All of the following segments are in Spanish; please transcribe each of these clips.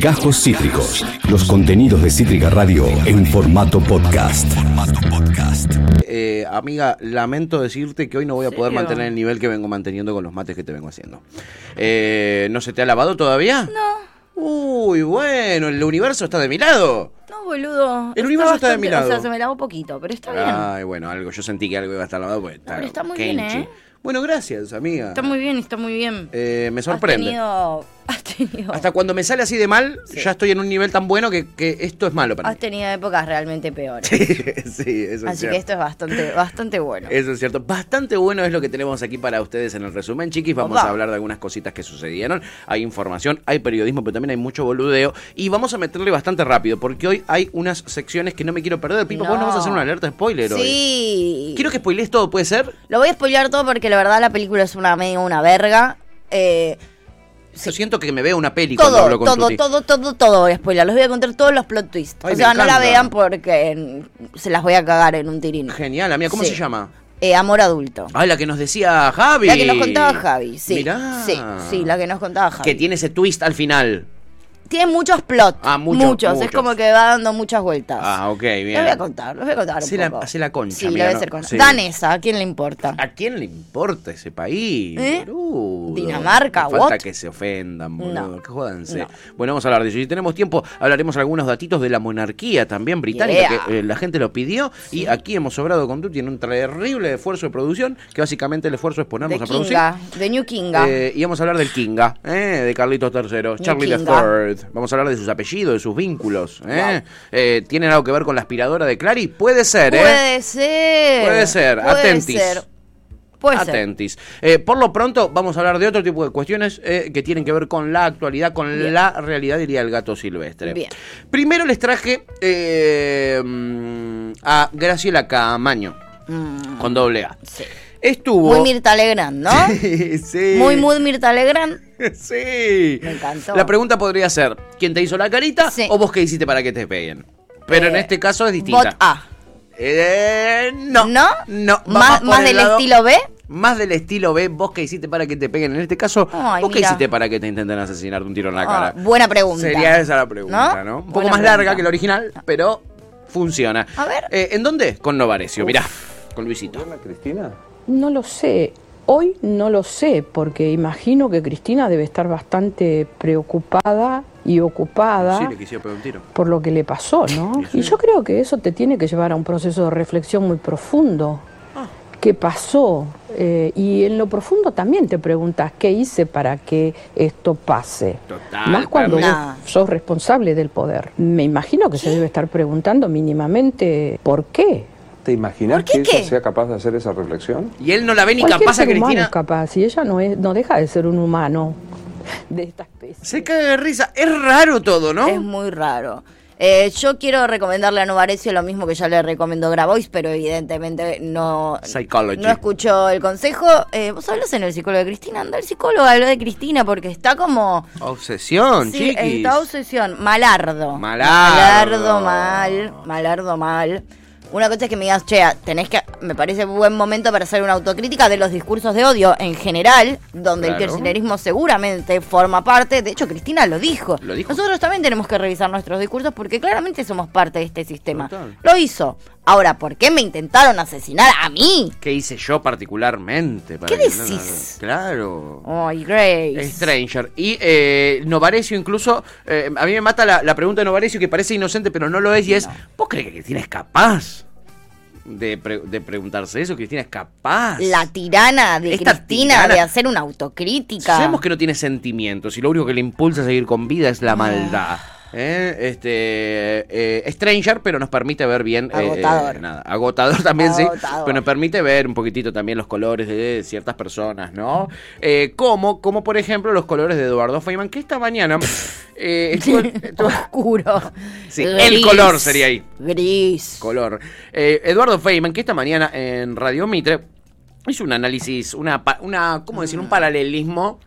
Gajos Cítricos. Los contenidos de Cítrica Radio en formato podcast. Eh, amiga, lamento decirte que hoy no voy a poder ¿Serio? mantener el nivel que vengo manteniendo con los mates que te vengo haciendo. Eh, ¿No se te ha lavado todavía? No, Uy, bueno, el universo está de mi lado. no, boludo. El universo está de mi bastante- O lado. Ah. sea, se me lavó poquito, pero está bien. Ay, bueno, algo. Yo sentí que algo iba a estar lavado. porque pero está muy bien, kenchi. ¿eh? Bueno, gracias, amiga. Está muy bien, está muy bien. Eh, me Has sorprende. tenido, has tenido, Hasta cuando me sale así de mal, Sí. ya estoy en un nivel tan bueno que, que esto es malo para has mí. tenido épocas realmente peores. sí, eso es Así cierto. que esto es bastante, bastante bueno. Eso es cierto. Bastante bueno es lo que tenemos aquí para ustedes en el resumen, chiquis. Vamos Opa. a hablar de algunas cositas que sucedieron. Hay información, hay periodismo, pero también hay mucho boludeo. Y vamos a meterle bastante rápido, porque hoy hay unas secciones que no me quiero perder. Pipo, vos No. nos vas a hacer una alerta spoiler hoy. Sí. Quiero que spoilees todo, ¿puede ser? Lo voy a spoilear todo porque la verdad la película es una medio una verga. Eh, Yo siento que me veo una peli cuando todo, hablo con todo, Tuti. todo, todo, todo voy a spoilear. Les voy a contar todos los plot twists. Ay, me o sea, no la encanta. vean porque mm, se las voy a cagar en un tirín. Genial, amiga. ¿Cómo Sí. se llama? Eh, amor adulto. Ah, la que nos decía Javi. La que nos contaba Javi, sí. Mirá. Sí, sí, la que nos contaba Javi. Que tiene ese twist al final. Tiene muchos plots. Ah, muchos, Es muchos. como que va dando muchas vueltas. Ah, ok, Los bien. voy a contar, los voy a contar. un Hacé la- poco. hacé la concha, Sí, amiga, la voy a ¿no? hacer concha. Sí. Ah, Danesa, ¿a quién le importa? ¿A quién le importa ese país? ¿Eh? boludo? Dinamarca, No falta what? que se ofendan, boludo. No. Que jodanse. No. Bueno, vamos a hablar de eso. Si tenemos tiempo, hablaremos algunos datitos de la monarquía también británica, Yeah. que eh, la gente lo pidió. Y aquí hemos sobrado con Tuti en un terrible esfuerzo de producción, que básicamente el esfuerzo es ponernos de a producir. Kinga, de New Kinga. Eh, y vamos a hablar del Kinga, eh, de Carlitos III, Charlie Kinga. III. Vamos a hablar de sus apellidos, de sus vínculos. eh. Eh, ¿Tienen algo que ver con la aspiradora de Clary? Puede ser, ¿eh? Puede ser. Puede ser, Puede atentis. ser. Puede ser. Atentis. Eh, por lo pronto, vamos a hablar de otro tipo de cuestiones eh, que tienen que ver con la actualidad, con Bien. la realidad, diría el gato silvestre. Bien. Primero les traje eh, mm, a Graciela Camaño, Mm, con doble A. sí. Estuvo. Muy Mirta Legrand, ¿no? Sí, sí. Muy, muy Mirta Legrand. Sí. Me encantó. La pregunta podría ser: ¿quién te hizo la carita Sí. o vos qué hiciste para que te peguen? Pero en Eh, este caso es Bot distinta. A. Eh, no. ¿No? No. va ¿Más, por más el del lado- estilo B? Más del estilo B, vos que hiciste para que te peguen. En este caso, Ay, vos que mira. hiciste para que te intenten asesinar de un tiro en la cara. Ah, buena pregunta. Sería esa la pregunta, ¿no? Un poco Buena más pregunta. Ah. larga que la original, pero funciona. A ver. Eh, ¿En dónde? Con Novarecio, mirá. Con Luisito. Ana Cristina? No lo sé. Hoy no lo sé, porque imagino que Cristina debe estar bastante preocupada y ocupada Sí, le quisiera pegar un tiro. por lo que le pasó, ¿no? sí. Y yo creo que eso te tiene que llevar a un proceso de reflexión muy profundo. Ah. ¿Qué pasó? Eh, y en lo profundo también te preguntas, ¿qué hice para que esto pase? Total, Más cuando perdés. vos Nah. sos responsable del poder. Me imagino que se debe estar preguntando mínimamente por qué. ¿Te imaginas ¿Por qué que qué? ella sea capaz de hacer esa reflexión? Y él no la ve ni Cualquier capaz a ser humano Cristina. es capaz y ella no es, no deja de ser un humano de esta especie. Se cae de risa. Es raro todo, ¿no? Es muy raro. Eh, yo quiero recomendarle a Novarecio lo mismo que ya le recomendó Grabois, pero evidentemente no, Psychology. no escuchó el consejo. Eh, Vos hablas en el psicólogo de Cristina, anda el psicólogo habló de Cristina porque está como... Obsesión, Sí, chiquis. está obsesión. Malardo. Malardo. Malardo mal. Malardo mal. Una cosa es que me digas, che, tenés que. Me parece buen momento para hacer una autocrítica de los discursos de odio en general, donde el Claro. kirchnerismo seguramente forma parte. De hecho, Cristina lo dijo. Lo dijo. Nosotros también tenemos que revisar nuestros discursos porque claramente somos parte de este sistema. Total. Lo hizo. Ahora, ¿por qué me intentaron asesinar a mí? ¿Qué hice yo particularmente? para ¿Qué que- decís? Claro. Ay, Grace. Stranger. Y eh, Novarecio incluso, eh, a mí me mata la, la pregunta de Novarecio que parece inocente pero no lo es y es, ¿vos crees que Cristina es capaz de, pre- de preguntarse eso? Cristina es capaz. La tirana de Esta Cristina tirana- de hacer una autocrítica. Sabemos que no tiene sentimientos y lo único que le impulsa a seguir con vida es Ah. la maldad. ¿Eh? Este eh, Stranger, pero nos permite ver bien. eh, eh, Agotador. nada. Agotador también, sí. Agotador. Pero nos permite ver un poquitito también los colores de ciertas personas, ¿no? Eh, como, como por ejemplo los colores de Eduardo Feynman, que esta mañana eh, estuvo- estuvo- oscuro. Sí, el color sería ahí. Gris. color. Eh, Eduardo Feynman, que esta mañana en Radio Mitre hizo un análisis, una, pa- una ¿cómo decir? Un paralelismo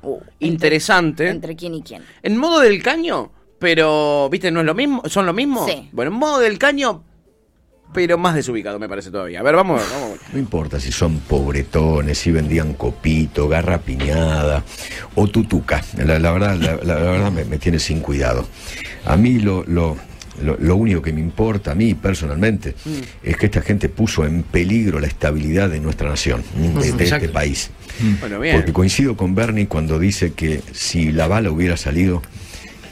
interesante. Ah. Uh, ¿Entre quién y quién? En modo del caño, pero, ¿viste? ¿No es lo mismo? ¿Son lo mismo? Sí. Bueno, en modo del caño, pero más desubicado me parece todavía. A ver, vamos a ver, vamos a ver. No importa si son pobretones, si vendían copito, garra piñada o tutuca. La, la verdad, la, la- la verdad me, me tiene sin cuidado. A mí lo, lo- lo- lo único que me importa, a mí personalmente, Mm. es que esta gente puso en peligro la estabilidad de nuestra nación, de, de este Exacto. país. Bueno, bien. Porque coincido con Bernie cuando dice que si la bala hubiera salido,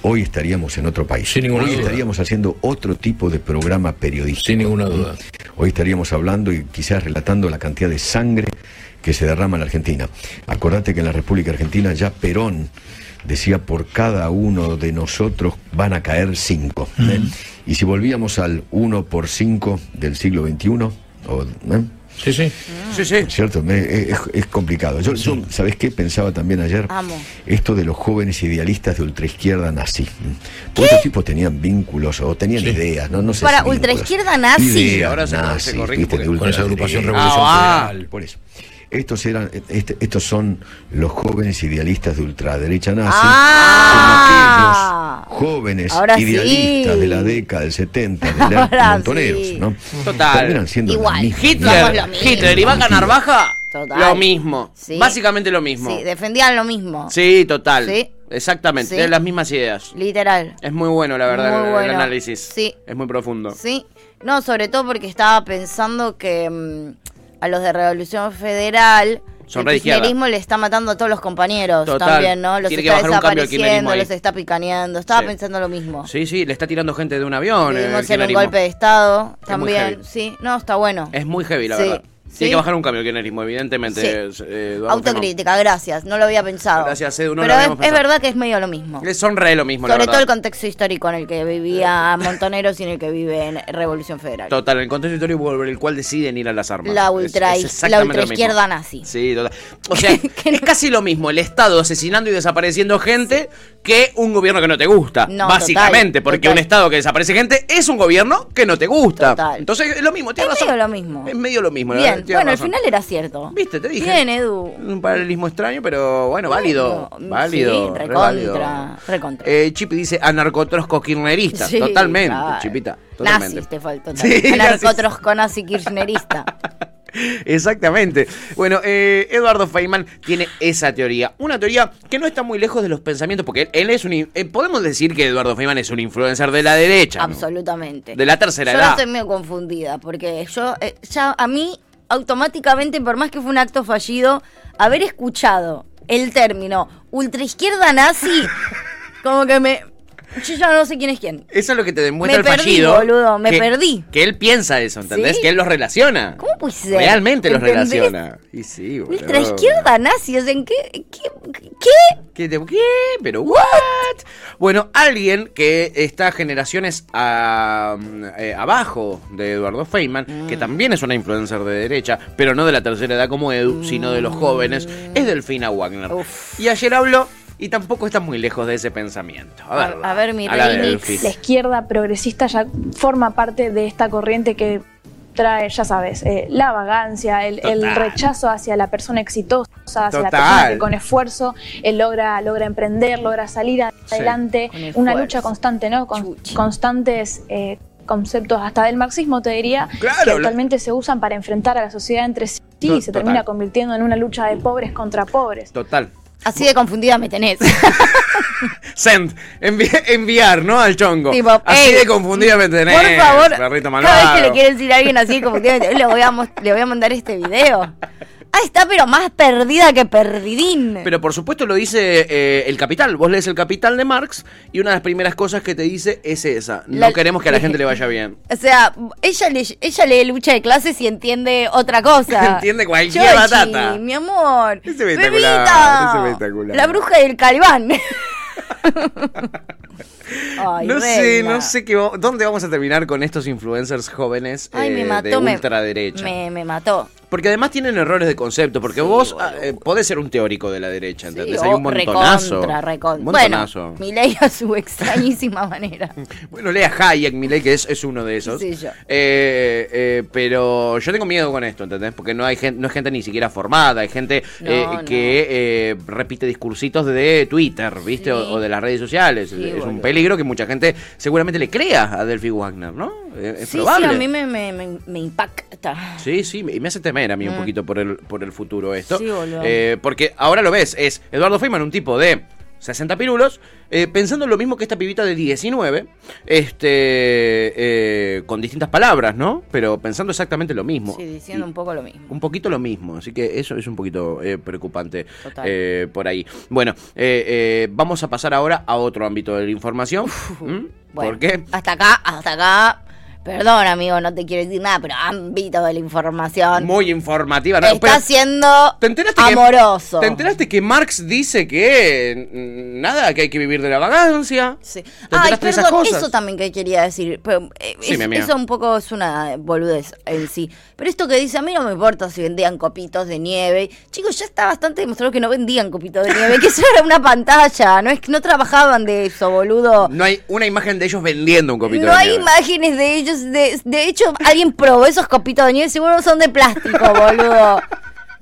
hoy estaríamos en otro país. Sin ninguna hoy duda. estaríamos haciendo otro tipo de programa periodístico. Sin ninguna duda. Hoy estaríamos hablando y quizás relatando la cantidad de sangre que se derrama en la Argentina. Acordate que en la República Argentina ya Perón decía por cada uno de nosotros van a caer cinco. ¿eh? Y si volvíamos al uno por cinco del siglo XXI, o, ¿eh? Sí, sí. Sí, ¿Eh? sí. ¿cierto? Me- eh, es, es complicado. Yo, yo, ¿sabés qué? Pensaba también ayer Amo. esto de los jóvenes idealistas de ultraizquierda nazi. Porque estos tipos tenían vínculos o tenían ideas, ¿no? No sé Para si vínculos. ultraizquierda nazi. Ideas Ahora se- se nazis, corrige viste, de porque- Con esa agrupación ultraderecha. Revolución Ah, ah. Federal. Por eso. Estos, eran, este- estos son los jóvenes idealistas de ultraderecha nazi. Ah. Como aquellos jóvenes Ahora sí. idealistas de la década del 70, de la Ahora montoneros, sí. ¿no? Total. Terminan siendo los Igual. mismos. Somos Hitler, lo mismo. Hitler y Vaca Narvaja, Total. lo mismo. Sí. Básicamente lo mismo. Sí, defendían lo mismo. Sí, total. Sí. Exactamente. Sí. tienen las mismas ideas. Literal. Es muy bueno, la verdad, Muy el- el, bueno. análisis. Sí. Es muy profundo. Sí, no, sobre todo porque estaba pensando que mm, a los de Revolución Federal Son re el izquierda. kirchnerismo le está matando a todos los compañeros Total. también, ¿no? Los Tiene que está bajar un cambio el kirchnerismo desapareciendo, ahí. los está picaneando. Estaba Sí. pensando lo mismo. Sí, sí, le está tirando gente de un avión. eh, el Vivimos en un kirchnerismo. golpe de Estado Es muy también. heavy. Sí, no, está bueno. Es muy heavy, la Sí. verdad. Sí. Tiene que bajar un cambio el kirchnerismo, evidentemente. Sí. es, eh, Eduardo Autocrítica, gracias. No lo había pensado. Gracias, Edu, no lo Pero es, habíamos es pensado. verdad que es medio lo mismo. Fernández. Son re lo mismo, la Sobre verdad. Eh. todo el contexto histórico en el que vivía Montoneros y en el que vive en Revolución Federal. Total, el contexto histórico por el cual deciden ir a las armas. La ultra- exactamente la ultraizquierda lo mismo. nazi. Sí, total. O sea, es casi lo mismo el Estado asesinando y desapareciendo gente que un gobierno que no te gusta. No, básicamente, total, porque total. un Estado que desaparece gente es un gobierno que no te gusta. Total. Entonces es lo mismo, tienes Es razón. medio lo mismo. Es medio lo mismo. la Bien, verdad, tienes bueno, al razón. final era cierto. Viste, te dije. Bien, Edu. Un paralelismo extraño, pero bueno, válido. Válido. Válido. Sí, re recontra, válido. recontra. Eh, Chip dice anarcotrosco kirchnerista. Sí, totalmente, claro. Chipita. Totalmente. Nazis te faltó. Sí, Sí, nazis. Anarcotros con nazi kirchnerista. Exactamente. Bueno, eh, Eduardo Feynman tiene esa teoría. Una teoría que no está muy lejos de los pensamientos, porque él, él es un. in- eh, podemos decir que Eduardo Feynman es un influencer de la derecha. ¿no? Absolutamente. De la tercera yo edad. estoy medio confundida porque yo, eh, ya a mí, automáticamente, por más que fue un acto fallido, haber escuchado el término ultraizquierda nazi, como que me. Yo ya no sé quién es quién. Eso es lo que te demuestra Me el perdí, fallido. boludo, me que- perdí. Que él piensa eso, ¿entendés? Sí. Que él los relaciona. ¿Cómo puede ser? Realmente los ¿Entendés? relaciona. Y sí, boludo. Ultraizquierda nazi, o sea, ¿en qué? ¿Qué? qué? ¿Qué? te- qué? ¿Pero what? Bueno, alguien que está generaciones ah, mm, eh, abajo de Eduardo Feynman, Mm. que también es una influencer de derecha, pero no de la tercera edad como Edu, sino de los jóvenes, es Delfina Wagner. Mm. Uf. Y ayer habló y tampoco está muy lejos de ese pensamiento. A ver, A- a ver, mi la rey de Nix. Delfi. La izquierda progresista ya forma parte de esta corriente que trae, ya sabes, eh, la vagancia, el, el Total. rechazo hacia la persona exitosa, hacia la Total. persona que con esfuerzo eh, logra, logra emprender, logra salir adelante. Con esfuerzo. Una lucha constante, ¿no? Con- Chuchi. constantes eh, conceptos, hasta del marxismo te diría, Claro, que la- actualmente se usan para enfrentar a la sociedad entre sí To- y se termina total. convirtiendo en una lucha de pobres contra pobres. Total. Así de confundida me tenés. Send. Envi- enviar, ¿no? Al chongo. Tipo, Así "Ey, de confundida me tenés. Por favor, perrito cada vez que malvado". le quieren decir a alguien así como que le voy a, mos- le voy a mandar este video. Ah, está pero más perdida que perdidín. Pero por supuesto lo dice eh, el Capital. Vos lees el Capital de Marx y una de las primeras cosas que te dice es esa. No La- queremos que a la gente le vaya bien. o sea, ella, le, ella lee lucha de clases y entiende otra cosa. Entiende cualquier Chochi, batata. mi amor. Es espectacular, Bebita. es espectacular. La bruja del Calibán. Ay, no sé, reina. no sé qué va- dónde vamos a terminar con estos influencers jóvenes Ay, me eh, mató. de me- ultraderecha. Me, me mató. Porque además tienen errores de concepto, porque vos ah, eh, podés ser un teórico de la derecha, Sí, ¿entendés? o Hay un montonazo. Recontra, recontra. Un montonazo. Bueno, Milei a su extrañísima manera. Bueno, lea Hayek, Milei, que es, es uno de esos. Sí, yo. Eh, eh, pero yo tengo miedo con esto, ¿entendés? Porque no hay gente, no es gente ni siquiera formada, hay gente No, eh, no. que eh, repite discursitos de Twitter, ¿viste? Sí. O, o de las redes sociales. Sí, es un boludo. peligro que mucha gente seguramente le crea a Delphi Wagner, ¿no? Eh, Es, es sí, probable. sí, a mí me, me- me- me impacta. Sí, sí, me- y me hace temer a mí un poquito por el, por el futuro esto. Ah. Sí, boludo. Eh, porque ahora lo ves, es Eduardo Feynman, un tipo de 60 pirulos, eh, pensando lo mismo que esta pibita de 19, este, eh, con distintas palabras, ¿no? Pero pensando exactamente lo mismo. Sí, diciendo Y- un poco lo mismo. un poquito lo mismo, así que eso es un poquito eh, preocupante Total. eh, por ahí. Bueno, eh, eh, vamos a pasar ahora a otro ámbito de la información. ¿Mm? Bueno, ¿Por qué? Hasta acá, hasta acá. Perdón, amigo, no te quiero decir nada, pero ámbito de la información. Muy informativa. ¿no? está Pero- siendo ¿Te enteraste amoroso. Que, ¿Te enteraste que Marx dice que mm, nada, que hay que vivir de la vagancia? Sí. ¿Te Ay, enteraste de esas perdón, cosas? eso también que quería decir. pero, eh, Sí, es- mi amiga. eso un poco es una boludez en sí. Pero esto que dice, a mí no me importa si vendían copitos de nieve. Chicos, ya está bastante demostrado que no vendían copitos de nieve, que eso era una pantalla. No es que no trabajaban de eso, boludo. No hay una imagen de ellos vendiendo un copito No de hay nieve. imágenes de ellos. De, de hecho, alguien probó esos copitos de nieve. Seguro son de plástico, boludo.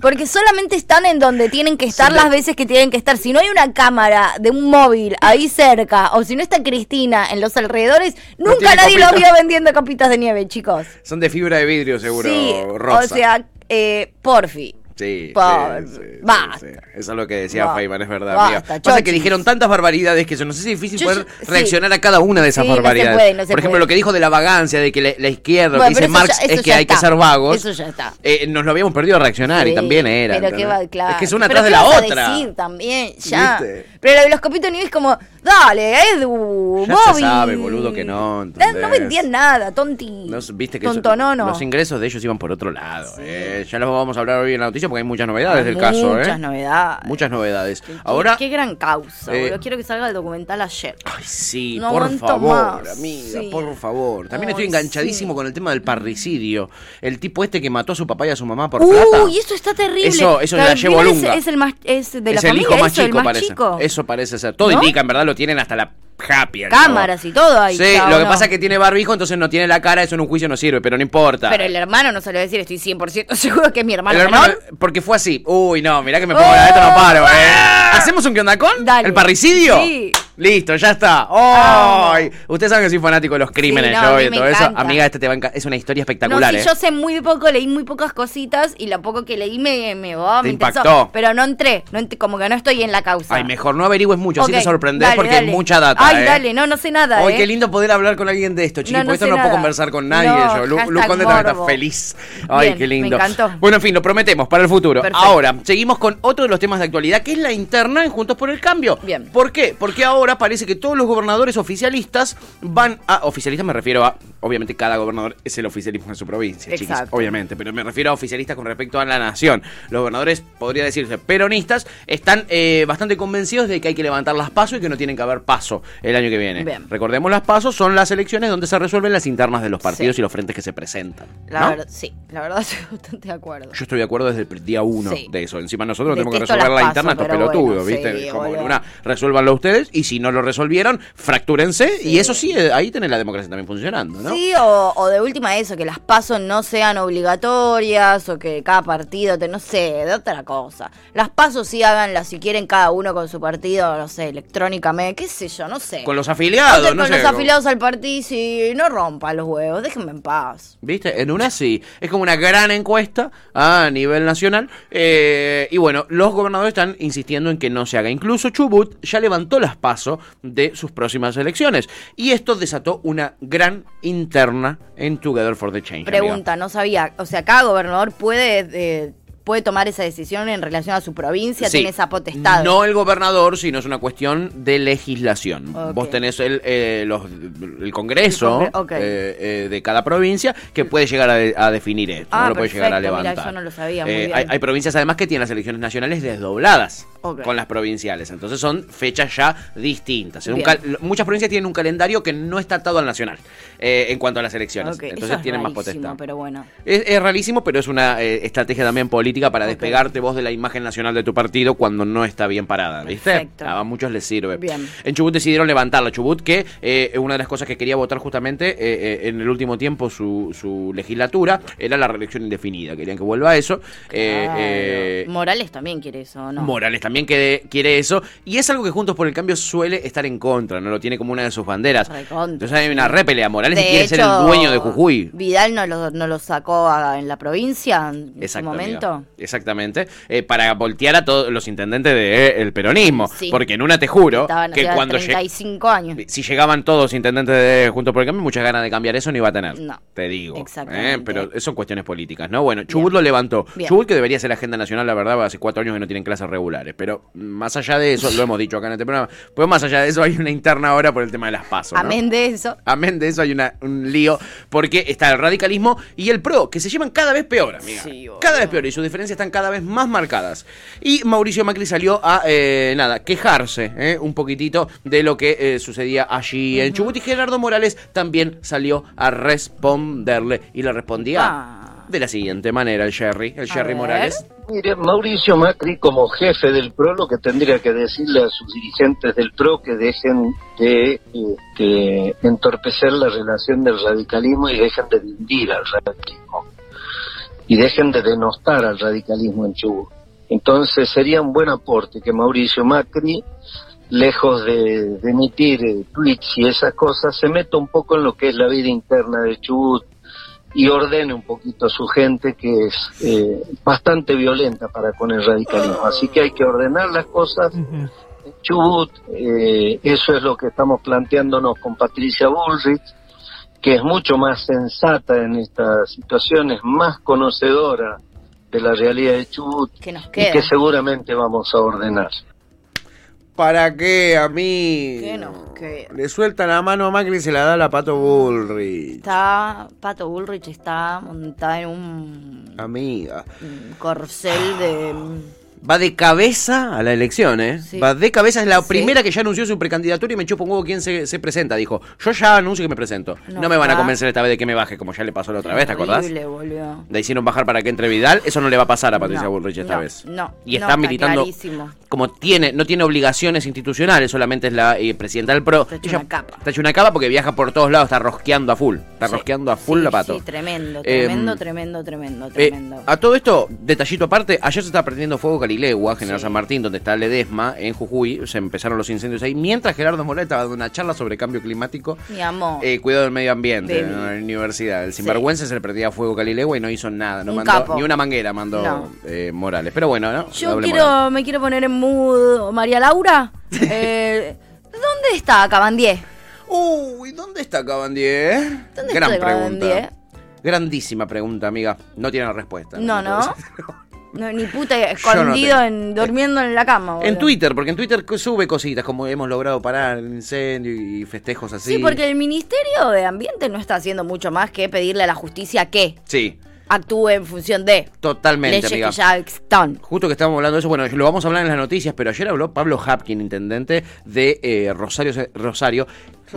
Porque solamente están en donde tienen que estar las veces que tienen que estar. Si no hay una cámara de un móvil ahí cerca, o si no está Cristina en los alrededores, No nunca tiene nadie los copitos. vio vendiendo copitas de nieve, chicos. Son de fibra de vidrio, seguro, sí, rosa. o sea, eh, porfi. Sí, Por- sí, sí, sí, basta. sí. Eso es lo que decía Basta. Feynman, es verdad, Basta, amiga. Pasa que chochis. dijeron tantas barbaridades que yo no sé si es difícil Yo- poder yo- sí. reaccionar a cada una de esas Sí, no se barbaridades. puede, no se Por ejemplo, puede. lo que dijo de la vagancia, de que la, la izquierda, Bueno, lo que dice pero eso Marx ya- eso es que ya hay que está. ser vagos. Eso ya está. Eh, nos lo habíamos perdido a reaccionar y Sí, también era. Pero qué ¿entendés? va, claro. Es que es una Pero atrás de ¿qué la vas a otra. decir también, ya. ¿Viste? Pero lo de los copitos nieve es como, dale, Edu, Ya Bobby. se sabe, boludo, que no, Da- ¿entendés? No vendían nada, tonti. No, viste que Tonto, eso- no, no. los ingresos de ellos iban por otro lado. eh. Ya los vamos a hablar hoy en la noticia porque hay muchas novedades del Muchas caso. eh. novedades. Muchas novedades. Qué- Ahora, Qué gran causa, Eh. Ah, boludo. Quiero que salga el documental ayer. Ay, sí, No por aguanto favor, más, amiga, sí. por favor. También Ay, estoy enganchadísimo sí. con el tema del parricidio. El tipo este que mató a su papá y a su mamá por plata. Uy, eso está terrible. Eso, eso Gabriel la llevo es- lunga. Es, el más, es de la Es familia, el hijo más eso, el chico, parece. chico. Eso parece ser. Todo ¿No? indica, en verdad, lo tienen hasta la happy. al Cámaras chabón. y todo ahí, Sí, chao, lo que no. pasa es que tiene barbijo, entonces no tiene la cara, eso en un juicio no sirve, pero no importa. Pero el hermano no salió a decir, estoy 100% seguro que es mi hermano. El hermano- menor. ¡Oh! porque fue así. Uy, no, mirá que me pongo la esto no paro, eh. ¿Hacemos un qué onda con? ¡Ah! Dale. ¿El parricidio? Sí. Listo, ya está. ¡Ay! Ustedes saben que soy fanático de los crímenes, no, yo a mí y me todo eso. encanta. Amiga, este te va a enca- Es una historia espectacular, No, sí, eh. yo sé muy poco, leí muy pocas cositas y lo poco que leí me, me, oh, Te me interesó. impactó. Pero no entré, no ent- como que no estoy en la causa. Ay, mejor no averigües mucho, así Ok, te sorprendes dale, porque dale. hay mucha data. Ay, eh. dale, no, no sé nada. Ay, eh. qué lindo poder hablar con alguien de esto, chicos. No, no porque esto sé no puedo nada. conversar con nadie No, yo. Lu, Lu hashtag Conde también está morbo. feliz. Ay, Bien, qué me lindo. encantó. Bueno, en fin, lo prometemos para el futuro. Perfecto. Ahora, seguimos con otro de los temas de actualidad, que es la interna en Juntos por el Cambio. Bien. ¿Por qué? Porque ahora parece que todos los gobernadores oficialistas van a. Oficialistas me refiero a. Obviamente, cada gobernador es el oficialismo de su provincia, chicos. Exacto. Obviamente, pero me refiero a oficialistas con respecto a la nación. Los gobernadores, podría decirse peronistas, están eh, bastante convencidos de que hay que levantar las pasos y que no tienen que haber paso el año que viene. Bien. Recordemos, las pasos son las elecciones donde se resuelven las internas de los partidos y Sí. los frentes que se presentan. La ¿no? verdad, sí, la verdad estoy bastante de acuerdo. Yo estoy de acuerdo desde el pr- día uno Sí. de eso. Encima nosotros tenemos que Detesto resolver las la PASO, interna, estos pero bueno, pelotudos, ¿viste? sí, Como boludo. una, resuélvanlo ustedes y si no lo resolvieron, fractúrense. Y Sí. eso sí, eh, ahí tenés la democracia también funcionando, ¿no? Sí, o, o de última eso, que las pasos no sean obligatorias o que cada partido, te, no sé, de otra cosa. Las pasos sí háganlas si quieren cada uno con su partido, no sé, electrónicamente, qué sé yo, no sé. Con los afiliados, Entonces, no con sé, los como- afiliados al partido, sí, no rompan los huevos, déjenme en paz. ¿Viste? En una sí. Es como una gran encuesta a nivel nacional. Eh, y bueno, los gobernadores están insistiendo en que no se haga. Incluso Chubut ya levantó las pasos de sus próximas elecciones. Y esto desató una gran interna en Together for the Change. amiga. Pregunta, no sabía, o sea, cada gobernador puede, eh, puede tomar esa decisión en relación a su provincia, Sí. tiene esa potestad. No el gobernador, sino es una cuestión de legislación. Ok. Vos tenés el, eh, los- el Congreso El congre- ok. eh, eh, de cada provincia que puede llegar a, de- a definir esto. Ah, no lo puede llegar a perfecto, levantar. Eh, mira, eso no lo sabía, muy bien. Hay, hay provincias además que tienen las elecciones nacionales desdobladas Ok. con las provinciales. Entonces son fechas ya distintas. En un Bien. cal- lo- muchas provincias tienen un calendario que no está atado al nacional eh, en cuanto a las elecciones. Ok, Entonces eso es tienen más rarísimo, potestad. Pero bueno. Es, es rarísimo, pero es una eh, estrategia también política para Ok. despegarte vos de la imagen nacional de tu partido cuando no está bien parada, ¿viste? Perfecto. A muchos les sirve. Bien. En Chubut decidieron levantarla. Chubut, que eh, una de las cosas que quería votar justamente eh, eh, en el último tiempo su, su legislatura era la reelección indefinida. Querían que vuelva a eso. Eh, Claro. eh, Morales también quiere eso, ¿no? Morales también que- quiere eso. Y es algo que Juntos por el Cambio suele estar en contra, no lo tiene como una de sus banderas. Recontra. Entonces hay una repelea. Morales De que quiere ser hecho, el dueño de Jujuy. Vidal no lo, no lo sacó a- en la provincia en su Exacto, momento. amiga. Exactamente. Eh, para voltear a todos los intendentes del peronismo. Sí. Porque en una te juro Estaban que hacía cuando lleg- 35 años. si llegaban todos intendentes de Juntos por el Cambio, muchas ganas de cambiar eso no iba a tener. No. Te digo. Exactamente. ¿eh? Pero son cuestiones políticas, ¿no? Bueno, Chubut lo levantó. Bien. Chubut que debería ser la agenda nacional, la verdad, hace cuatro años que no tienen clases regulares. Pero más allá de eso, lo hemos dicho acá en este programa, pues más allá de eso hay una interna ahora por el tema de las pasos. ¿no? Amén de eso. Amén de eso hay una- un lío porque está el radicalismo y el PRO, que se llevan cada vez peor, amiga. Sí, boludo. cada vez peor y sus diferencias están cada vez más marcadas. Y Mauricio Macri salió a, eh, nada, quejarse eh, un poquitito de lo que eh, sucedía allí en Chubut y Gerardo Morales también salió a responderle y le respondía Ah. de la siguiente manera el Sherry, el Sherry ver. Morales. Mire, Mauricio Macri como jefe del PRO lo que tendría que decirle a sus dirigentes del PRO que dejen de este, entorpecer la relación del radicalismo y dejen de dividir al radicalismo y dejen de denostar al radicalismo en Chubut. Entonces sería un buen aporte que Mauricio Macri, lejos de, de emitir eh, tweets y esas cosas, se meta un poco en lo que es la vida interna de Chubut y ordene un poquito a su gente que es eh, bastante violenta para con el radicalismo. Así que hay que ordenar las cosas. Chubut, eh, eso es lo que estamos planteándonos con Patricia Bullrich, que es mucho más sensata en esta situación, es más conocedora de la realidad de Chubut Que nos y que queda. seguramente vamos a ordenar. ¿Para qué a mí? ¿Qué nos queda? Le suelta la mano a Macri y se la da la Pato Bullrich. Está, Pato Bullrich está montada en un Amiga. un corcel de... Va de cabeza a la elección, ¿eh? Sí. Va de cabeza, es la Sí. primera que ya anunció su precandidatura y me chupa un huevo quién se, se presenta. Dijo, yo ya anuncio que me presento. No, No, me van a va. convencer esta vez de que me baje, como ya le pasó la otra vez, ¿te acordás? Horrible, boludo. La hicieron bajar para que entre Vidal, eso no le va a pasar a Patricia No, Bullrich esta no, vez. no, Y no, está está militando clarísimo. como tiene, no tiene obligaciones institucionales, solamente es la eh, presidenta del PRO. Está hecho Ella una capa. Está hecho una capa porque viaja por todos lados, está rosqueando a full. Está rosqueando a full Sí, la pato. Sí, tremendo, Eh, tremendo, tremendo, tremendo, eh, tremendo. a todo esto, detallito aparte, ayer se estaba prendiendo fuego Calilegua, General Sí. San Martín, donde está Ledesma, en Jujuy, se empezaron los incendios ahí, mientras Gerardo Morales estaba dando una charla sobre cambio climático, Mi amor. eh, cuidado del medio ambiente Baby. en la universidad. El sinvergüenza se le prendía fuego Calilegua y no hizo nada, no Un mandó capo. ni una manguera, mandó No. eh, Morales. Pero bueno, ¿no? Yo Doble quiero, moral. me quiero poner en mood. María Laura, eh, ¿dónde está Cabandier? Uy, ¿dónde está Cabandier? ¿Dónde Gran está pregunta. Cabandier? Grandísima pregunta, amiga. No tiene respuesta. No, No puedo no. No, ni puta, tengo. escondido, en, durmiendo en la eh, cama. En boludo. Twitter, porque en Twitter sube cositas como hemos logrado parar el incendio y festejos así. Sí, porque el Ministerio de Ambiente no está haciendo mucho más que pedirle a la justicia que Sí, actúe en función de totalmente, leyes amiga. que ya están. Justo que estábamos hablando de eso, bueno, lo vamos a hablar en las noticias, pero ayer habló Pablo Hapkin, intendente de eh, Rosario, Rosario,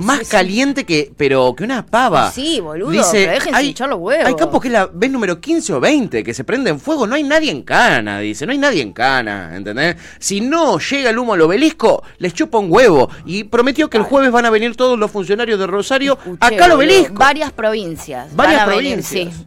más caliente que, pero que una pava. Pues Sí, boludo, pero déjense hinchar los huevos. Hay campos que es la vez número 15 o 20 que se prende en fuego, no hay nadie en cana, dice, no hay nadie en cana, ¿entendés? Si no llega el humo al obelisco, les chupa un huevo. Y prometió que el jueves van a venir todos los funcionarios de Rosario Escuché, acá al boludo, obelisco. Varias provincias. Varias van a venir, provincias. sí.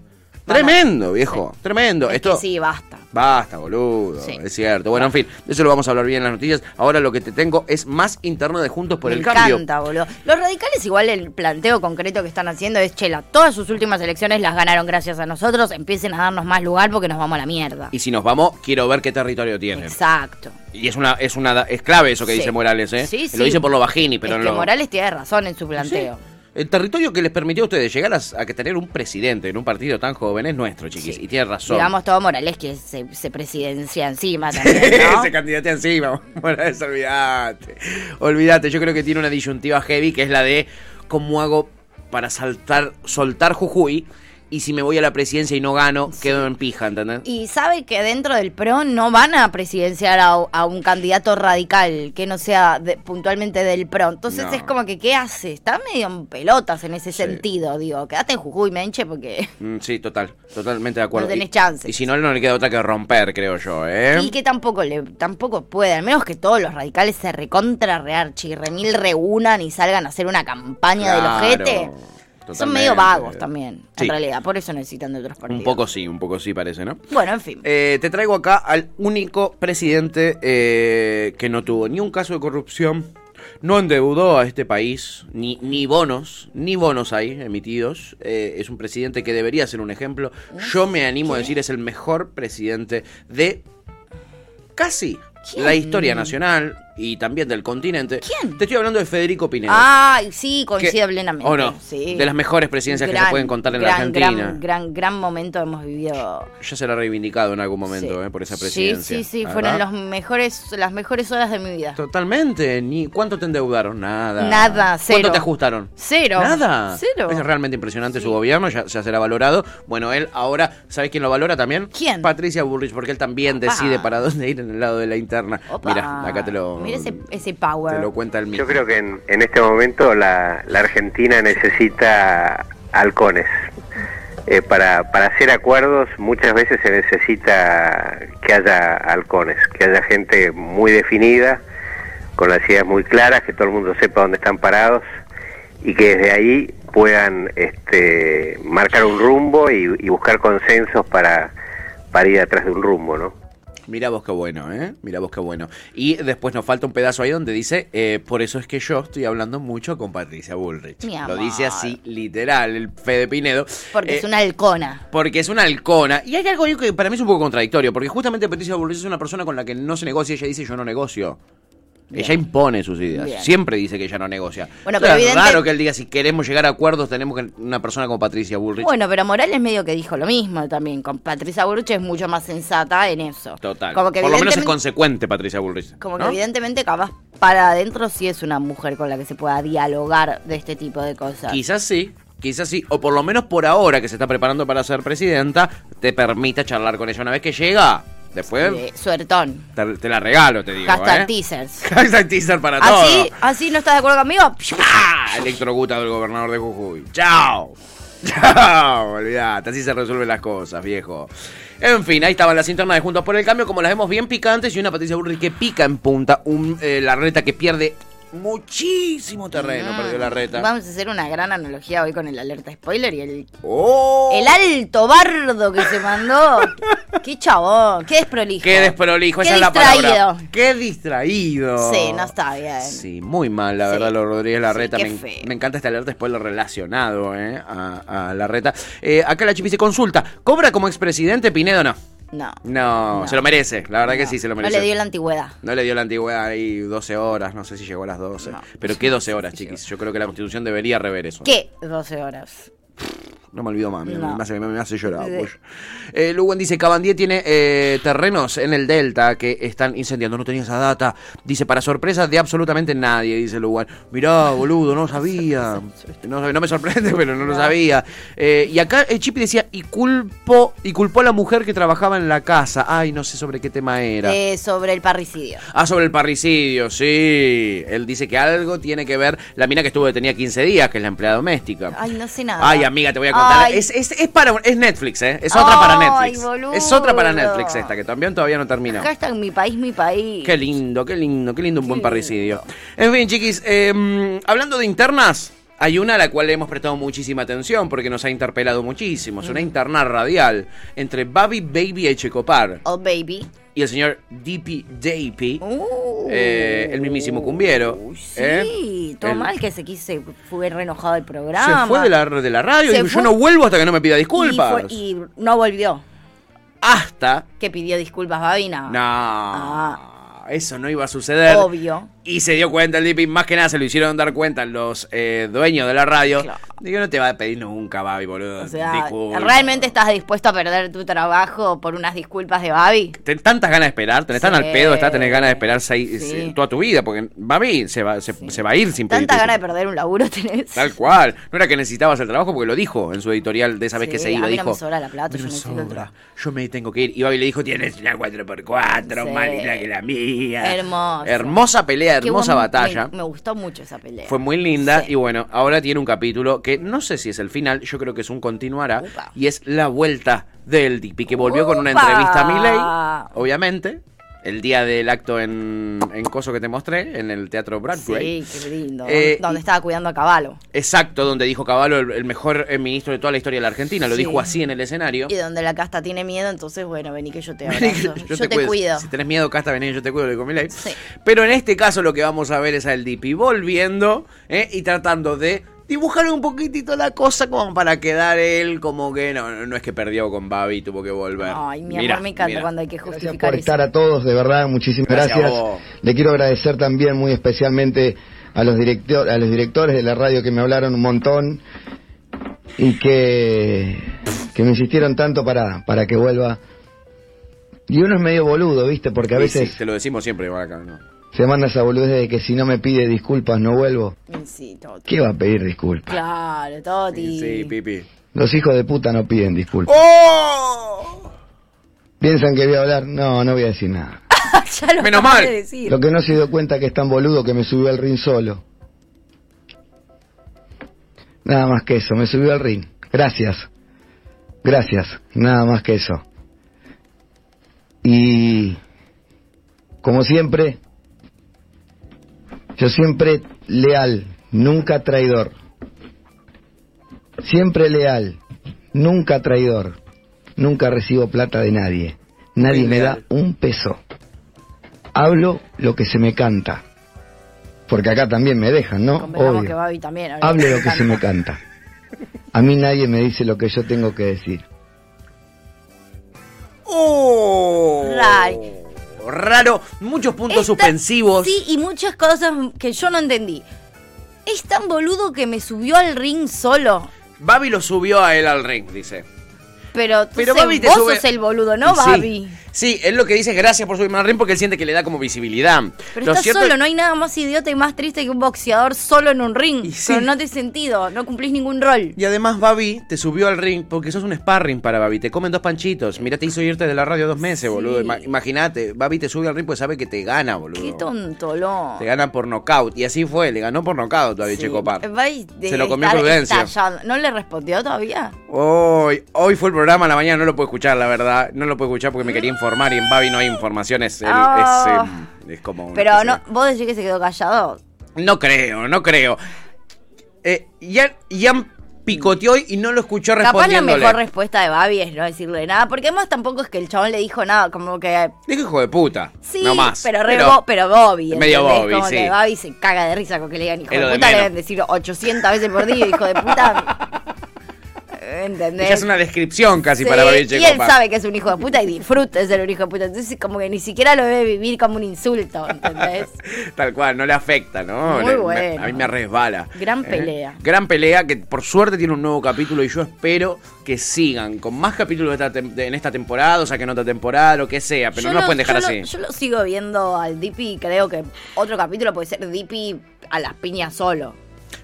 Van a- Tremendo, viejo, tremendo. Es que Esto... sí, basta. Basta, boludo. Sí. Es cierto. Bueno, en fin, de eso lo vamos a hablar bien en las noticias. Ahora lo que te tengo es más interno de Juntos por Me el Cambio. encanta, boludo. Los radicales igual el planteo concreto que están haciendo es, chela, todas sus últimas elecciones las ganaron gracias a nosotros, empiecen a darnos más lugar porque nos vamos a la mierda. Y si nos vamos, quiero ver qué territorio tiene. Exacto. Y es una, es una, es clave eso que Sí. dice Morales, ¿eh? Sí, sí. Lo dice por lo bajini, pero Es no que lo- Morales tiene razón en su Sí. planteo. El territorio que les permitió a ustedes llegar a, a que tener un presidente en un partido tan joven es nuestro, chiquis. Y tiene razón. Digamos todo Morales que se, se presidencia encima también, ¿no? Se candidatea encima. Morales, olvídate. Olvídate, yo creo que tiene una disyuntiva heavy que es la de cómo hago para saltar, soltar Jujuy y si me voy a la presidencia y no gano, quedo en pija, ¿entendés? Y sabe que dentro del PRO no van a presidenciar a, a un candidato radical que no sea de- puntualmente del PRO. Entonces No. es como que, ¿qué hace? Está medio en pelotas en ese sentido. Digo, quédate en Jujuy, menche, porque... Mm, sí, total, totalmente de acuerdo. No tenés Y- chances. Y si no, no le queda otra que romper, creo yo, ¿eh? Y que tampoco le, tampoco puede, al menos que todos los radicales se recontra rearchi, remil reúnan y salgan a hacer una campaña Claro. del ojete. Son Totalmente. medio vagos también, Sí. en realidad. Por eso necesitan de otros partidos. Un poco sí, un poco sí parece, ¿no? Bueno, en fin. Eh, te traigo acá al único presidente eh, que no tuvo ni un caso de corrupción, no endeudó a este país, ni, ni bonos, ni bonos hay emitidos. Eh, es un presidente que debería ser un ejemplo. Yo me animo a decir es el mejor presidente de casi la historia nacional y también del continente. ¿Quién? Te estoy hablando de Federico Pinedo. Ay, sí, que- coincido plenamente. ¿O no? Sí. De las mejores presidencias que se Gran, pueden contar en gran, la Argentina. Gran, gran, gran momento hemos vivido. Ya se la ha reivindicado en algún momento Sí. eh, por esa presidencia. Sí, sí, sí, ¿verdad? fueron los mejores, las mejores horas de mi vida. Totalmente. Ni, ¿Cuánto te endeudaron? Nada. Nada, cero. ¿Cuánto te ajustaron? Cero. Nada. Cero. Es realmente impresionante su gobierno, ya, ya será valorado. Bueno, él ahora, ¿sabes quién lo valora también? ¿Quién? Patricia Bullrich, porque él también Opa. decide para dónde ir en el lado de la interna. Opa. Mira, acá te lo. Mira ese, ese power. Te lo cuenta el mismo. Yo creo que en, en este momento la, la Argentina necesita halcones. Eh, para, para hacer acuerdos muchas veces se necesita que haya halcones, que haya gente muy definida, con las ideas muy claras, que todo el mundo sepa dónde están parados y que desde ahí puedan este, marcar un rumbo y, y buscar consensos para, para ir atrás de un rumbo, ¿no? Mira vos qué bueno, ¿eh? Mira vos qué bueno. Y después nos falta un pedazo ahí donde dice, eh, por eso es que yo estoy hablando mucho con Patricia Bullrich. Mi Lo amor. dice así, literal, el Fede Pinedo. Porque Eh, es una halcona. Porque es una halcona. Y hay algo ahí que para mí es un poco contradictorio, porque justamente Patricia Bullrich es una persona con la que no se negocia, ella dice yo no negocio. Ella impone sus ideas. Bien. Siempre dice que ella no negocia. Bueno, Entonces, pero es evidente- raro que él diga si queremos llegar a acuerdos tenemos que una persona como Patricia Bullrich. Bueno, pero Morales medio que dijo lo mismo también. Con Patricia Buruche es mucho más sensata en eso. Total. Como que Por lo menos es evidentemente- consecuente Patricia Bullrich. Como que ¿no? evidentemente capaz para adentro sí es una mujer con la que se pueda dialogar de este tipo de cosas. Quizás sí, quizás sí, o por lo menos por ahora que se está preparando para ser presidenta, te permita charlar con ella una vez que llega. Después Eh, suertón. te, te la regalo, te digo. Hashtag ¿Ah, ¿eh? teasers. Hashtag teaser para Así, todo. así no estás de acuerdo conmigo. ¡Pah! Electrocuta del gobernador de Jujuy. ¡Chao! ¡Chao! Olvidate, así se resuelven las cosas, viejo. En fin, ahí estaban las internas de Juntos por el Cambio, como las vemos bien picantes, y una Patricia Burri que pica en punta, un, eh, la reta que pierde muchísimo terreno, perdió la reta. Ah, Vamos a hacer una gran analogía hoy con el alerta spoiler y el, ¡Oh! el alto bardo que se mandó. qué chabón, qué desprolijo. Qué desprolijo, Qué esa es la palabra. distraído. Qué distraído. Sí, no está bien. Sí, muy mal, la Sí. verdad, lo Rodríguez Larreta. Sí, me, qué en- feo. me encanta este alerta spoiler relacionado eh, a, a Larreta. Eh, acá la chipi se consulta. ¿Cobra como expresidente Pinedo o no? No. no? se lo merece. La verdad que no. sí, se lo merece. No le dio la antigüedad. No le dio la antigüedad ahí 12 horas, no sé si llegó a las 12. Pero qué 12 horas, chiquis. Yo creo que la Constitución debería rever eso. ¿Qué? 12 horas. No me olvido más, mira, No. me, hace, me hace llorar. Sí. pollo. Eh, Lugan dice, Cabandier tiene eh, terrenos en el Delta que están incendiando, no tenía esa data. Dice, para sorpresa de absolutamente nadie, dice Lugan. Mirá, boludo, no sabía. Este, No, sab- no me sorprende, pero no lo sabía. Eh, y acá el Chipi decía, y culpo, y culpó a la mujer que trabajaba en la casa. Ay, no sé sobre qué tema era. Eh, sobre el parricidio. Ah, sobre el parricidio, sí. Él dice que algo tiene que ver la mina que estuvo detenida 15 días, que es la empleada doméstica. Ay, no sé nada. Ay, amiga, te voy a contar. Ay. Es, es, es para, es Netflix, ¿eh? Es otra para Ay, Netflix. boludo. Es otra para Netflix esta, que también todavía no termina. Hashtag mi país, mi país. Qué lindo, qué lindo, qué lindo un buen parricidio. En fin, chiquis, eh, hablando de internas, hay una a la cual le hemos prestado muchísima atención porque nos ha interpelado muchísimo. Es Mm. una interna radial entre Babi Baby Echecopar Oh, baby. y el señor DP Dapy, Uh. eh, el mismísimo cumbiero. Sí, ¿eh? todo El- mal que se quise, fue re enojado del programa. Se fue de la, de la radio, Se dijo, yo fue. no vuelvo hasta que no me pida Y disculpas. fue- Y, no volvió. Hasta Que pidió disculpas, Babina. No. Ah. Eso no iba a suceder. Obvio. Y se dio cuenta el Dipi, más que nada se lo hicieron dar cuenta los eh, dueños de la radio. Claro. Digo, no te va a pedir nunca, Babi, boludo. O sea, Disculpa. ¿realmente estás dispuesto a perder tu trabajo por unas disculpas de Babi? Ten tantas ganas de esperar, tenés tan Sí. al pedo, estás tenés ganas de esperar seis- Sí. eh, toda tu vida, porque Babi se va, se, se va a ir sin pedir. Tanta ganas de disculpas. perder un laburo tenés. Tal cual. No era que necesitabas el trabajo porque lo dijo en su editorial de esa vez Sí, que se iba. a mí no dijo, me sobra la plata, "A mí yo no me necesito sobra, otro". yo me tengo que ir. Y Babi le dijo, tienes una 4x4 Sí. más linda que la mía. Hermoso. Hermosa pelea, Qué hermosa buen- batalla. Me, me gustó mucho esa pelea. Fue muy linda Sí. y bueno, ahora tiene un capítulo que no sé si es el final, yo creo que es un continuará Upa. y es la vuelta del Dipi que volvió con una Upa. entrevista a Milei, obviamente. el día del acto en, en Coso que te mostré, en el Teatro Broadway. Sí, qué lindo. Eh, y- Donde estaba cuidando a caballo. Exacto, donde dijo Caballo, el, el mejor eh, ministro de toda la historia de la Argentina. Lo Sí. dijo así en el escenario. Y donde la casta tiene miedo, entonces, bueno, vení que yo te abrazo. Vení que yo, te, cuido. Si tenés miedo, Casta, vení, yo te cuido, le digo Milei. Sí. Pero en este caso lo que vamos a ver es al Dipi volviendo ¿eh? y tratando de dibujar un poquitito la cosa como para quedar él como que no, no es que perdió con Babi, tuvo que volver. Ay, mi amor, Mirá, me encanta mirá. cuando hay que Gracias justificar por eso. estar a todos, de verdad, muchísimas Gracias gracias. a vos. Le quiero agradecer también muy especialmente a los, director, a los directores de la radio que me hablaron un montón y que, que me insistieron tanto para, para que vuelva. Y uno es medio boludo, ¿viste? Porque a Y sí, veces te lo decimos siempre igual acá, ¿no? se manda esa boludez de que si no me pide disculpas no vuelvo. Y Sí, Toti. ¿Qué va a pedir disculpas? Claro, Toti. Sí, Pipi. Los hijos de puta no piden disculpas. ¡Oh! Piensan que voy a hablar. No, no voy a decir nada. Ya lo Menos acabas mal. de decir. Lo que no se dio cuenta que es tan boludo que me subió al ring solo. Nada más que eso, me subió al ring. Gracias. Gracias. Nada más que eso. Y como siempre, yo siempre leal, nunca traidor. Siempre leal, nunca traidor. Nunca recibo plata de nadie. Nadie Muy me da leal. un peso. Hablo lo que se me canta. Porque acá también me dejan, ¿no? Convengamos Obvio. que Babi también. habla Hable lo que se me canta. A mí nadie me dice lo que yo tengo que decir. ¡Oh! Ray. Raro, muchos puntos Es tan- suspensivos. Sí, y muchas cosas que yo no entendí. Es tan boludo que me subió al ring solo. Babi lo subió a él al ring, dice. Pero, Pero entonces, Babi te vos sube- sos el boludo, ¿no, Y sí. Babi? Sí, él lo que dice es gracias por subirme al ring porque él siente que le da como visibilidad. Pero Lo estás cierto- solo, no hay nada más idiota y más triste que un boxeador solo en un ring. Y sí. Pero no te sentido, no cumplís ningún rol. Y además Babi te subió al ring porque sos un sparring para Babi. Te comen dos panchitos. Mira, te hizo irte de la radio dos meses, boludo. Ima- Imagínate, Babi te sube al ring porque sabe que te gana, boludo. Qué tonto, lo. Te gana por nocaut. Y así fue, le ganó por nocaut todavía Sí. Eh, Checo Paz. Babi Se debe lo comió estar Prudencia. estallando. ¿No le respondió todavía? Hoy, hoy fue el programa a la mañana, no lo puedo escuchar, la verdad. No lo puedo escuchar porque me quería informar y en Babi no hay informaciones. Él Ah. es, eh, es como una Pero especie no, de- vos decís que se quedó callado. No creo, no creo. Eh, Ian, Ian picoteó y no lo escuchó Capaz la respondiéndole. mejor respuesta de Babi es no decirle nada, porque además tampoco es que el chabón le dijo nada, como que Dijo hijo de puta. sí, no más. pero, re bo- pero Bobby. medio ¿entendés? Bobby, como sí. que Babi se caga de risa con que le digan hijo Es de lo de puta, le menos. deben decir 800 veces por día, hijo de puta. ¿Entendés? Ella es una descripción casi Sí, para Babi y él Checopar. sabe que es un hijo de puta y disfruta de ser un hijo de puta. Entonces, como que ni siquiera lo debe vivir como un insulto, ¿entendés? Tal cual, no le afecta, ¿no? Muy Le- me- bueno. a mí me resbala. ¿Eh? Gran pelea. Gran pelea que por suerte tiene un nuevo capítulo y yo espero que sigan con más capítulos de esta tem- de- en esta temporada, o sea, que en otra temporada, lo que sea, pero Yo no nos lo- pueden dejar yo así. Lo, yo lo sigo viendo al Dippy y creo que otro capítulo puede ser Dippy a las piñas solo.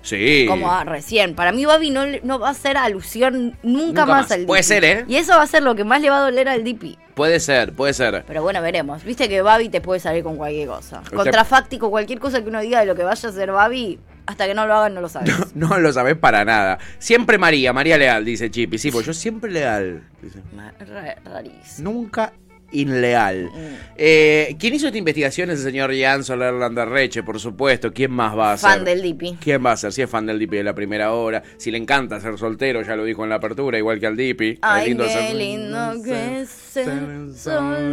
sí. Como ah, recién. Para mí, Babi no, le- no va a hacer alusión nunca, Nunca más, más. al Dipi. Puede ser, ¿eh? Y eso va a ser lo que más le va a doler al Dipi. Puede ser, puede ser. Pero bueno, veremos. Viste que Babi te puede salir con cualquier cosa. Usted- Contrafáctico, cualquier cosa que uno diga de lo que vaya a hacer Babi, hasta que no lo hagan, no lo sabes. No lo sabés para nada. Siempre María, María Leal, dice Chipi. Sí, pues yo siempre leal. dice. Ma- ra- Rarísimo. Nunca inleal. Mm. Eh, ¿Quién hizo esta investigación? Es el señor Ian Soler Landerreche, por supuesto. ¿Quién más va a ser? Fan del Dipi. ¿Quién va a ser? Si es fan del Dipi de la primera hora, si le encanta ser soltero, ya lo dijo en la apertura, igual que al Dipi. Ay, Es qué ser- lindo que es ser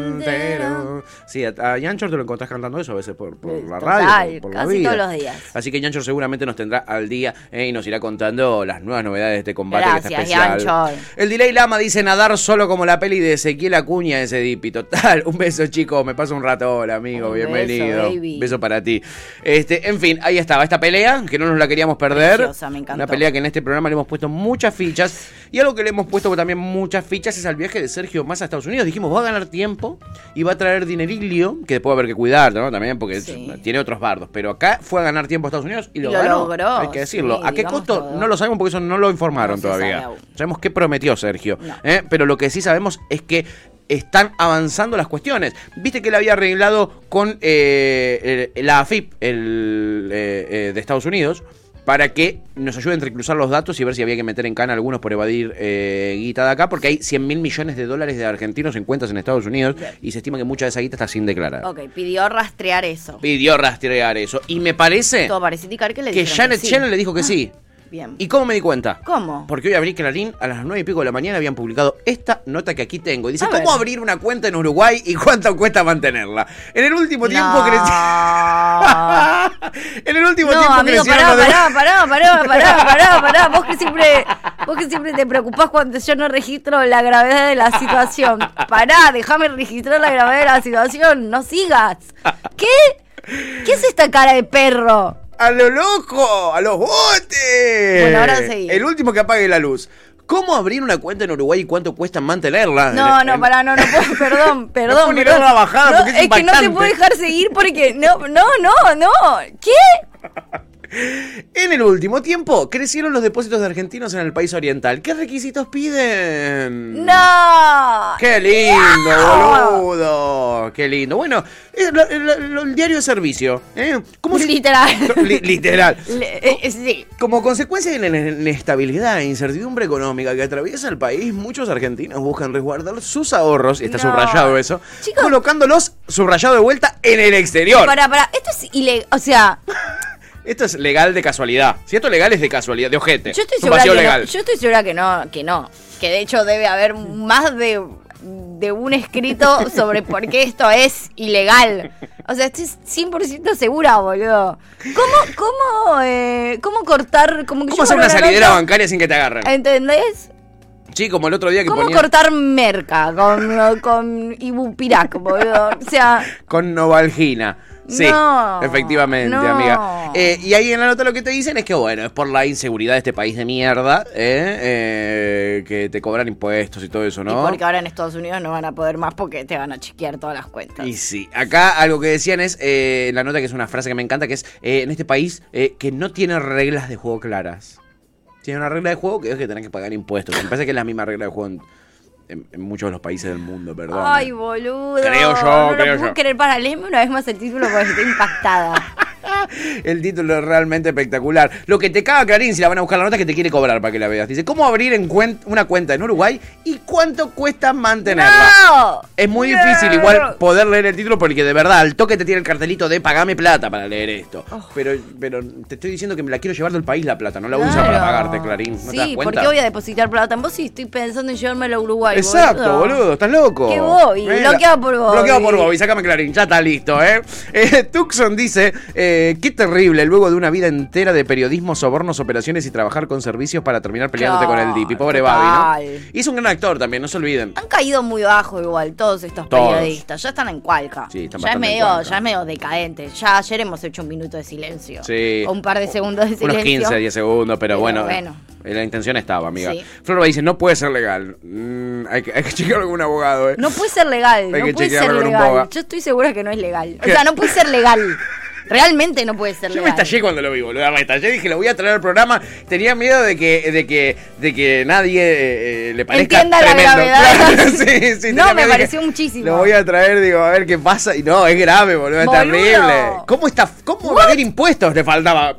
soltero. Sí, a, a Yanchor te lo encontrás cantando eso a veces por, por la Total, radio. por- por la casi vida. todos los días. Así que Yanchor seguramente nos tendrá al día eh, y nos irá contando las nuevas novedades de este combate que está Gracias, especial. Yanchor. El Delay Lama dice nadar solo como la peli de Ezequiel Acuña ese dipi. Total, un beso, chico. Me pasa un rato. Hola, amigo. Un beso, Bienvenido. baby. Beso para ti. Este, en fin, ahí estaba esta pelea que no nos la queríamos perder. Preciosa, me encantó. Una pelea que en este programa le hemos puesto muchas fichas. Y algo que le hemos puesto también muchas fichas es al viaje de Sergio Massa a Estados Unidos. Dijimos, va a ganar tiempo y va a traer dinerilio, que después va a haber que cuidar, ¿no? También porque Sí. tiene otros bardos. Pero acá fue a ganar tiempo a Estados Unidos y lo, Y lo ganó. logró, Hay que decirlo. sí, ¿A qué digamos costo? todo. No lo sabemos porque eso no lo informaron No se todavía. sabe aún. Sabemos qué prometió Sergio. No. ¿eh? Pero lo que sí sabemos es que están avanzando las cuestiones. Viste que él había arreglado con eh, el- la AFIP el, eh, eh, de Estados Unidos para que nos ayuden a reclusar los datos y ver si había que meter en cana algunos por evadir eh, guita de acá, porque hay 100 mil millones de dólares de argentinos en cuentas en Estados Unidos y se estima que mucha de esa guita está sin declarar. Ok, pidió rastrear eso. Pidió rastrear eso. Y me parece Todo parece indicar que le que dijeron Janet sí. Yellen le dijo que sí. Bien. ¿Y cómo me di cuenta? ¿Cómo? Porque hoy abrí Clarín, a las 9 y pico de la mañana habían publicado esta nota que aquí tengo. Y dice, A ver. ¿cómo abrir una cuenta en Uruguay y cuánto cuesta mantenerla? En el último tiempo creció... en el último No, tiempo amigo, crecieron los pará, de- pará, pará, pará, pará, pará, pará. Vos que siempre, vos que siempre te preocupás cuando yo no registro la gravedad de la situación. Pará, déjame registrar la gravedad de la situación, no sigas. ¿Qué? ¿Qué es esta cara de perro? ¡A lo loco! ¡A los botes! Bueno, ahora seguí. El último que apague la luz. ¿Cómo abrir una cuenta en Uruguay y cuánto cuesta mantenerla? No, En- no, en- pará, no, no puedo, perdón, puedo perdón. ni perdón. dar la bajada No, porque es que no te impactante. puedo dejar seguir porque no, no, no, no. ¿Qué? En el último tiempo crecieron los depósitos de argentinos en el país oriental. ¿Qué requisitos piden? No. Mm. ¡Qué lindo, No. boludo! ¡Qué lindo! Bueno, eh, lo- lo- lo- el diario de servicio. ¿eh? ¿Cómo se- Literal. Li- literal. Le- eh, eh, sí. Como consecuencia de la inestabilidad e incertidumbre económica que atraviesa el país, muchos argentinos buscan resguardar sus ahorros, y está No. subrayado eso, Chicos. colocándolos subrayado de vuelta en el exterior. Pará, pará, esto es ilegal, o sea, Esto es legal de casualidad. Si esto es legal es de casualidad, de ojete. Yo estoy Es un segura que vacío no. legal. Yo estoy segura que no, que no. Que de hecho debe haber más de, de un escrito sobre por qué esto es ilegal. O sea, estoy 100% segura, boludo. ¿Cómo, cómo, eh, cómo cortar? Como que ¿Cómo yo hacer para una salidera nota- bancaria sin que te agarren? ¿Entendés? Sí, como el otro día que Eh, ¿Cómo ponía cortar merca con, con Ibupirac, boludo? O sea, con Novalgina. Sí, No, efectivamente, no. amiga. Eh, y ahí en la nota lo que te dicen es que, bueno, es por la inseguridad de este país de mierda, eh, eh, que te cobran impuestos y todo eso, y ¿no? porque ahora en Estados Unidos no van a poder más porque te van a chequear todas las cuentas. Y sí, acá algo que decían es, eh, en la nota que es una frase que me encanta, que es, eh, en este país eh, que no tiene reglas de juego claras. Tiene una regla de juego que es que tenés que pagar impuestos. Me parece que es la misma regla de juego en, en- en muchos de los países del mundo, perdón. eh. Ay, boludo. Creo yo, no lo creo puedo yo. creer. Para, léeme una vez más el título porque estoy impactada. El título es realmente espectacular. Lo que te caga Clarín, si la van a buscar la nota, es que te quiere cobrar para que la veas. Dice, ¿cómo abrir en cuen- una cuenta en Uruguay y cuánto cuesta mantenerla? ¡No! Es muy ¡No! difícil igual poder leer el título porque de verdad al toque te tiene el cartelito de pagame plata para leer esto. Oh. Pero, pero te estoy diciendo que me la quiero llevar del país la plata, no la usa para Claro. pagarte, Clarín. ¿No te das sí, cuenta? porque voy a depositar plata en vos y estoy pensando en llevármela a Uruguay. Exacto, boludo, estás loco. Qué Bobby, Eh, la- bloqueado por Bobby. Bloqueado por Bobby, sácame Clarín, ya está listo, ¿eh? Eh, Tucson dice, eh, qué terrible, luego de una vida entera de periodismo, sobornos, operaciones y trabajar con servicios para terminar peleándote Claro, con el Dipi, pobre total. Ah, Babi, ¿no? Y es un gran actor también, no se olviden. Han caído muy bajo igual todos estos Todos. periodistas. Ya están en cualca. Sí, están ya, bastante es en medio, cualca. ya es medio decadente. Ya ayer hemos hecho un minuto de silencio. Sí. O un par de segundos de silencio. Unos 15, 10 segundos, pero, Pero bueno. bueno. eh, La intención estaba, amiga. Sí. Flor me dice, no puede ser legal. Mm, hay, que, hay que chequear algún abogado, ¿eh? No puede ser legal, Hay no que puede ser chequearlo con un boga. legal. Yo estoy segura que no es legal. O ¿Qué? sea, no puede ser legal. Realmente no puede ser Yo me legal. estallé cuando lo vi, boludo. Me estallé, dije, lo voy a traer al programa. Tenía miedo de que, de que, de que nadie eh, eh, le parezca Entienda la tremendo. gravedad. Claro, sí, sí, tenía No, me miedo, pareció dije, muchísimo. Lo voy a traer, digo, a ver qué pasa. Y no, es grave, boludo, es Boludo. terrible. ¿Cómo está, cómo evadir impuestos? Le faltaba,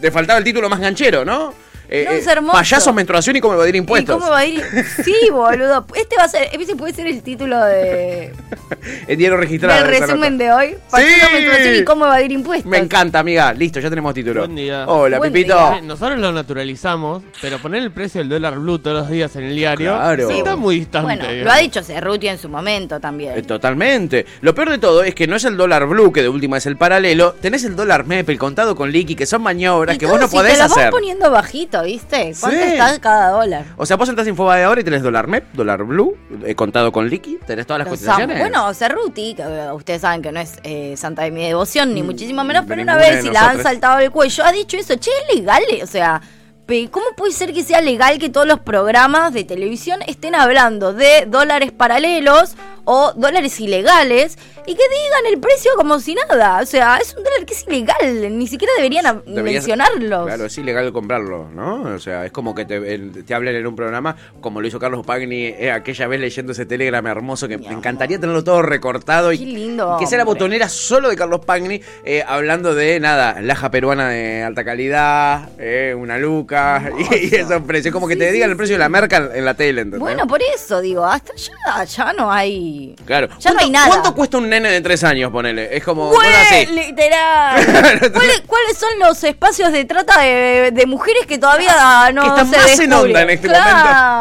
le faltaba el título más ganchero, ¿no? Eh, No, es hermoso. payasos, menstruación y cómo evadir ¿Y impuestos. cómo va a ir? Sí, boludo. Este va a ser, ese puede ser el título de, El dinero registrado. del esa resumen nota. de hoy. Partido menstruación y cómo evadir impuestos. Me encanta, amiga. Listo, ya tenemos título. Buen día. Hola, Buen Pipito. día. Eh, Nosotros lo naturalizamos, pero poner el precio del dólar blue todos los días en el diario Claro. no está muy distante. Bueno, lo digamos. ha dicho Cerruti en su momento también. Eh, Totalmente. Lo peor de todo es que no es el dólar blue, que de última es el paralelo. Tenés el dólar MEP, el contado con liqui, que son maniobras Y que todo, vos no si podés te lo hacer. vas poniendo bajito, ¿viste? ¿Cuánto Sí. está cada dólar? O sea, vos entras en Infobae ahora y tenés dólar MEP, dólar blue, eh, contado con liqui, tenés todas las Los cotizaciones. amo. Bueno, Cerruti, que eh, ustedes saben que no es eh, santa de mi devoción, ni muchísimo menos, de pero una ninguna Mm, de vez si la han nosotras. saltado del cuello, ha dicho eso, che, es legal, eh, o sea, pe- ¿cómo puede ser que sea legal que todos los programas de televisión estén hablando de dólares paralelos o dólares ilegales y que digan el precio como si nada. O sea, es un dólar que es ilegal, ni siquiera deberían a- Deberías- mencionarlo. Claro, es ilegal comprarlo, ¿no? O sea, es como que te, el- te hablen en un programa, como lo hizo Carlos Pagni eh, aquella vez leyendo ese telegrama hermoso que me encantaría tenerlo todo recortado y, Qué lindo. y que sea la hombre. botonera solo de Carlos Pagni, eh, hablando de nada, laja peruana de alta calidad, eh, una luca, y, y esos precios. Como que te digan el precio de la merca en, en la tele, ¿entendés? Bueno, por eso digo, hasta ya, ya no hay. claro. ya no ¿Cuánto- hay nada. ¿Cuánto cuesta un nene de tres años, ponele? Es como. Güey, bueno, así. literal. ¿Cuáles- ¿Cuáles son los espacios de trata de, de mujeres que todavía no Que están se más en descubren? onda en este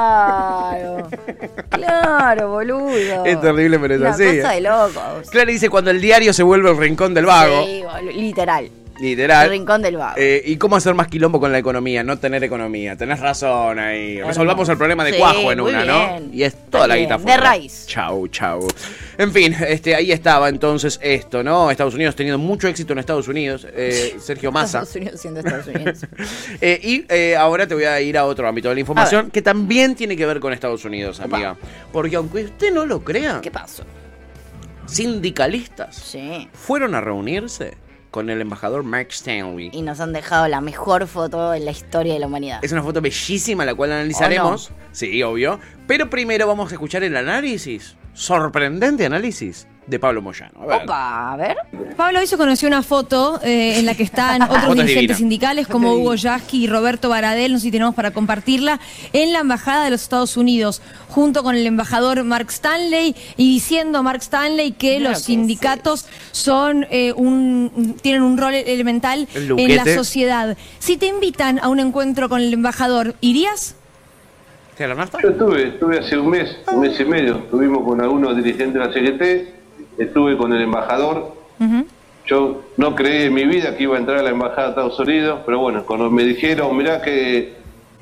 claro. Claro, boludo. Es terrible, pero es Una así. cosa de locos. Claro, dice cuando el diario se vuelve el rincón del vago. Sí, boludo, literal. El Literal. rincón del vago. Eh, ¿Y cómo hacer más quilombo con la economía? No tener economía. Tenés razón ahí. Resolvamos el problema de Sí, cuajo en muy una, bien. ¿no? Y es toda la bien, guita de afuera. raíz. Chau, chau. En fin, este, ahí estaba entonces esto, ¿no? Estados Unidos teniendo mucho éxito en Estados Unidos. eh, Sergio Massa. Estados Unidos siendo Estados Unidos. Eh, y eh, ahora te voy a ir a otro ámbito de la información que también tiene que ver con Estados Unidos, amiga. Porque aunque usted no lo crea. ¿Qué pasó? Sindicalistas fueron a reunirse con el embajador Mark Stanley. y nos han dejado la mejor foto en la historia de la humanidad. Es una foto bellísima la cual analizaremos. Sí, obvio. Pero primero vamos a escuchar el análisis. Sorprendente análisis de Pablo Moyano. A ver. Opa, a ver. Pablo hoy se conoció una foto eh, en la que están otros Foto divina. dirigentes sindicales como Hugo Yasky y Roberto Baradel, no sé si tenemos para compartirla, en la Embajada de los Estados Unidos, junto con el embajador Mark Stanley, y diciendo Mark Stanley que Mira los lo que sindicatos son eh, un tienen un rol elemental El en la luquete. sociedad. Si te invitan a un encuentro con el embajador, ¿irías? ¿Te ganaste? Yo estuve, estuve hace un mes, un mes y medio, estuvimos con algunos dirigentes de la CGT, estuve con el embajador. Yo no creí en mi vida que iba a entrar a la embajada de Estados Unidos, pero bueno, cuando me dijeron, mirá que,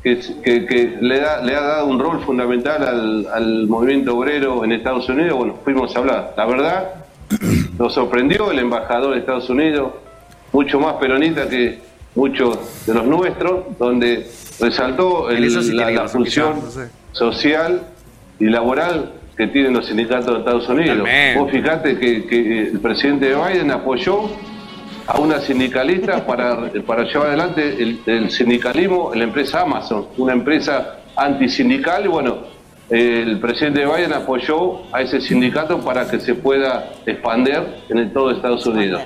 que, que- que le, da- le ha dado un rol fundamental al, al movimiento obrero en Estados Unidos, bueno, fuimos a hablar. La verdad, nos sorprendió el embajador de Estados Unidos, mucho más peronista que muchos de los nuestros, donde resaltó En el- eso sí la, tiene la razón, función quizás, no sé. social y laboral que tienen los sindicatos de Estados Unidos. Totalmente. Vos fijate que, que el presidente Biden apoyó a una sindicalista para, para llevar adelante el, el sindicalismo en la empresa Amazon, una empresa antisindical. Y bueno, eh, el presidente Biden apoyó a ese sindicato para que se pueda expandir en el- todo Estados Unidos.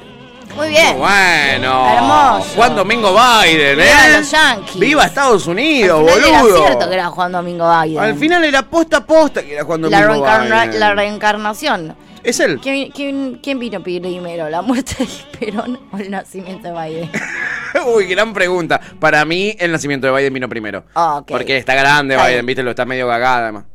Muy bien. Bueno. Hermoso. Juan Domingo Biden, ¿eh? Viva los Yankees. Viva Estados Unidos, Al final Era boludo. cierto que era Juan Domingo Biden. Al final era posta posta que era Juan la, Domingo reencarna- Biden. la reencarnación. Es él. ¿Quién, quién, quién vino primero, la muerte de Perón o el nacimiento de Biden? Uy, gran pregunta. Para mí, el nacimiento de Biden vino primero. Ah, ok. Porque está grande Está Biden, viste, lo está medio cagada además.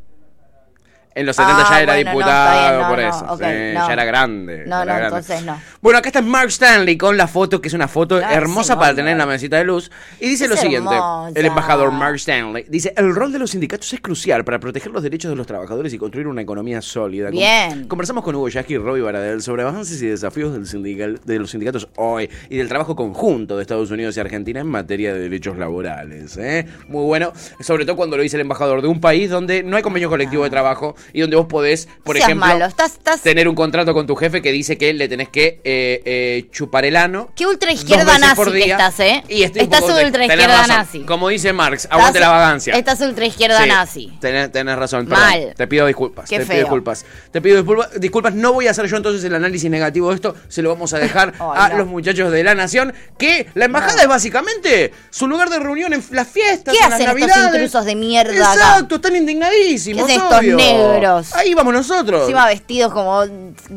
En los 70 Ah, ya era bueno, no, está diputado bien, no, por no, eso. ok, sí, no. Ya era grande. No, era no, grande. entonces no. Bueno, acá está Mark Stanley con la foto, que es una foto Claro, hermosa señor. para tener en la mesita de luz. Y dice Es lo siguiente, hermosa. el embajador Mark Stanley, dice, el rol de los sindicatos es crucial para proteger los derechos de los trabajadores y construir una economía sólida. Con- Bien. Conversamos con Hugo Yasky y Robbie Baradel sobre avances y desafíos del sindical, de los sindicatos hoy y del trabajo conjunto de Estados Unidos y Argentina en materia de derechos laborales. ¿eh? Muy bueno, sobre todo cuando lo dice el embajador de un país donde no hay convenio colectivo de trabajo y donde vos podés, por Ah. Seas ejemplo, malo, estás- estás- tener un contrato con tu jefe que dice que le tenés que eh, eh, chupar el ano. Qué ultra izquierda Dos veces por nazi que día. estás, ¿eh? Y estoy un estás poco de- ultra tenés izquierda razón. nazi. Como dice Marx, aguante la vagancia. Estás ultra izquierda Sí, nazi. Tenés, tenés razón, perdón. Mal. Te pido disculpas. Qué te feo. pido disculpas. Te pido disculpa- disculpas. No voy a hacer yo entonces el análisis negativo de esto. Se lo vamos a dejar a los muchachos de la Nación. Que la embajada es básicamente su lugar de reunión en las fiestas. ¿Qué en las hacen estos navidades. intrusos de mierda acá? Exacto, están indignadísimos. ¿Qué es estos obvio. negros? Ahí vamos nosotros. Encima vestidos como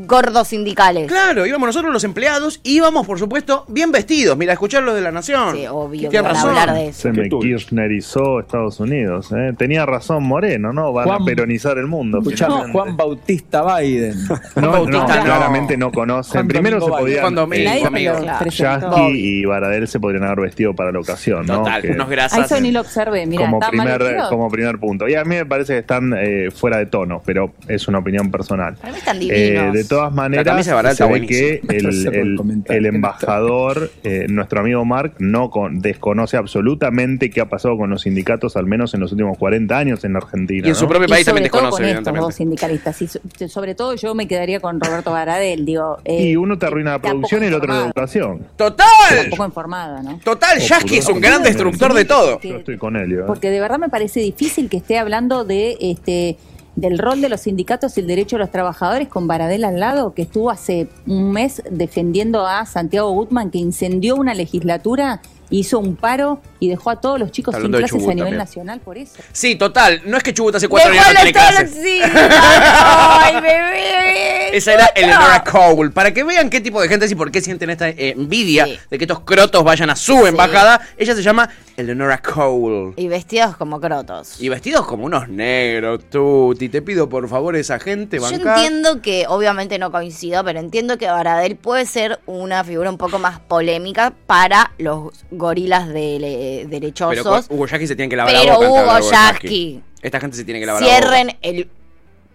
gordos sindicales. Claro, íbamos nosotros los empleados, íbamos, por supuesto, bien vestidos. Mira, escuchar los de la Nación. Sí, obvio, Tienes razón. Se me kirchnerizó Estados Unidos. ¿eh? Tenía razón Moreno, ¿no? Van Juan- a peronizar el mundo. Escuchame, finalmente. Juan Bautista Biden. No, no, Bautista, no. claramente no conocen. Juan Primero se Domingo Biden. podían. Juan Domingo, eh, amigo. Yasky y Baradel se podrían haber vestido para la ocasión, ¿no? Que- A eso ni lo observé, mira, como está mal primer, vestido. como primer punto. Y a mí me parece que están eh, fuera de tono. algunos, pero es una opinión personal. Para mí están divinos. Eh, de Este todas La maneras, camisa barata se ve buenísima. que el, Gracias por el- el embajador, eh, nuestro amigo Mark, no con- desconoce absolutamente qué ha pasado con los sindicatos, al menos en los últimos 40 años en Argentina. Y en su propio Y sobre todo con estos dos sindicalistas. Y so- sobre todo yo me quedaría con Roberto Baradel, digo. eh, Y uno te arruina la tampoco producción y el otro la informado. educación. ¡Total! Tampoco informada, ¿no? Total, Yasky es un gran destructor de todo. Yo estoy con Helio. ¿eh? Porque de verdad me parece difícil que esté hablando de este del rol de los sindicatos y el derecho de los trabajadores con Baradel al lado, que estuvo hace un mes defendiendo a Santiago Gutman, que incendió una legislatura, hizo un paro y dejó a todos los chicos Hablando de sin clases Chubut a nivel también. nacional por eso. Sí, total. No es que Chubut hace cuatro años no Dejalo tiene clases. Sí, ay, bebé. Esa era Eleonora Cowell. Para que vean qué tipo de gente es y por qué sienten esta eh, envidia de que estos crotos vayan a su embajada, ella se llama Eleonora Cowell. Y vestidos como crotos. Y vestidos como unos negros, Tuti. Te pido por favor esa gente Yo bancada. entiendo que, obviamente no coincido, pero entiendo que Baradel puede ser una figura un poco más polémica para los gorilas de, le- Pero con derechosos. Hugo Yaqui se tiene que lavar la Pero boca. antes de hablar de Hugo Yasky, Yasky. Esta gente se tiene que lavar la boca. cierren el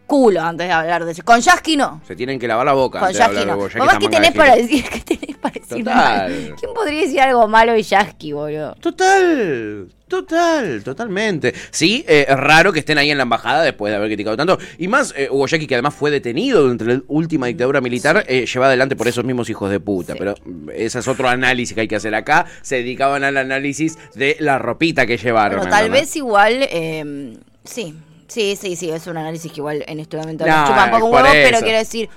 culo antes de hablar de eso. Con Yasky no. Se tienen que lavar la boca. Con antes de hablar Yasky de no. Hugo Yasky, Mamá, esta ¿qué manga tenés de para gente. decir? ¿Qué tenés para decir? Total. ¿Quién podría decir algo malo de Yasky, boludo? Total, total, totalmente. Sí, eh, es raro que estén ahí en la embajada después de haber criticado tanto. Y más, eh, Hugo Yaqui, que además fue detenido durante la última dictadura militar, eh, llevada adelante por esos mismos hijos de puta. Pero mm, ese es otro análisis que hay que hacer acá. Se dedicaban al análisis de la ropita que llevaron. Bueno, tal ¿entendés? vez igual, eh, sí, sí, sí, sí, es un análisis que igual en este momento No, no chupa un poco un por huevo, eso. pero quiero decir,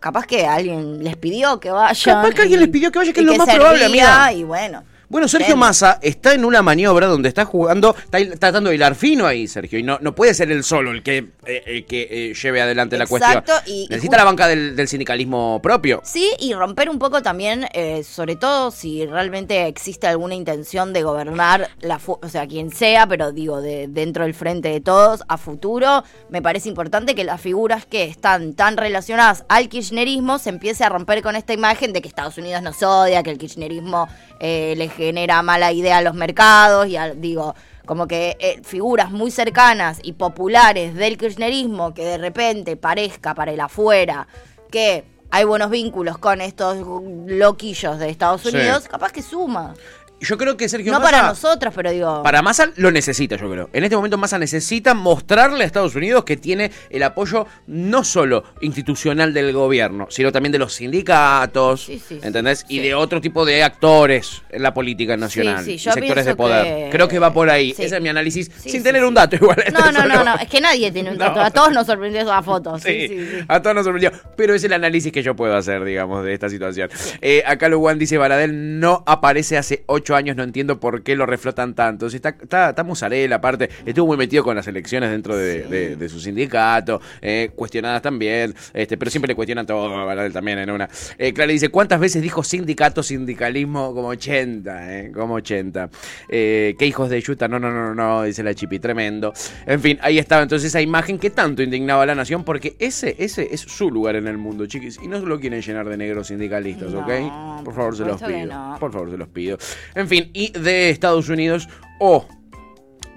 capaz que alguien les pidió que vayan. Capaz que alguien les pidió que vaya, que y es lo más probable, servía, amiga. Y bueno, Bueno, Sergio Massa está en una maniobra donde está jugando, está hil- tratando de hilar fino ahí, Sergio. Y no, no puede ser él solo el que, eh, el que eh, lleve adelante la Exacto, cuestión. y- y Necesita ju- la banca del, del sindicalismo propio. sí, y romper un poco también, eh, sobre todo si realmente existe alguna intención de gobernar, la fu- o sea, quien sea, pero digo, de dentro del frente de todos, a futuro, me parece importante que las figuras que están tan relacionadas al kirchnerismo se empiece a romper con esta imagen de que Estados Unidos nos odia, que el kirchnerismo eh, le genera mala idea a los mercados y a- digo como que eh, figuras muy cercanas y populares del kirchnerismo que de repente parezca para el afuera que hay buenos vínculos con estos loquillos de Estados Sí. Unidos, capaz que suma. Yo creo que Sergio No Massa. para nosotros, pero digo. Para Massa lo necesita, yo creo. En este momento Massa necesita mostrarle a Estados Unidos que tiene el apoyo no solo institucional del gobierno, sino también de los sindicatos, ¿entendés? Y de otro tipo de actores en la política nacional, sí, y yo sectores de pienso poder. que- Creo que va por ahí. sí. Ese es mi análisis, sin tener un dato igual. No, no, no, no. Es que nadie tiene un dato. A todos nos sorprendió esa foto. Sí, Sí, sí, sí. a todos nos sorprendió. Pero es el análisis que yo puedo hacer, digamos, de esta situación. Eh, acá Luwan dice, Baradel no aparece hace ocho años, no entiendo por qué lo reflotan tanto. Sí, está, está, está Musarela, aparte, estuvo muy metido con las elecciones dentro de, de- de su sindicato, eh, cuestionadas también, este, pero siempre le cuestionan todo a Baradel también en una. Eh, Clara dice, ¿cuántas veces dijo sindicato, sindicalismo? Como 80, eh, como 80. Eh, ¿Qué hijos de yuta? No, no, no, no, no, dice la chipi, tremendo. En fin, ahí estaba entonces esa imagen que tanto indignaba a la nación, porque ese, ese es su lugar en el mundo, chiquis, y no lo quieren llenar de negros sindicalistas, ¿ok? Por favor, se los supuesto que pido. no. Por favor, se los pido. En fin, y de Estados Unidos o.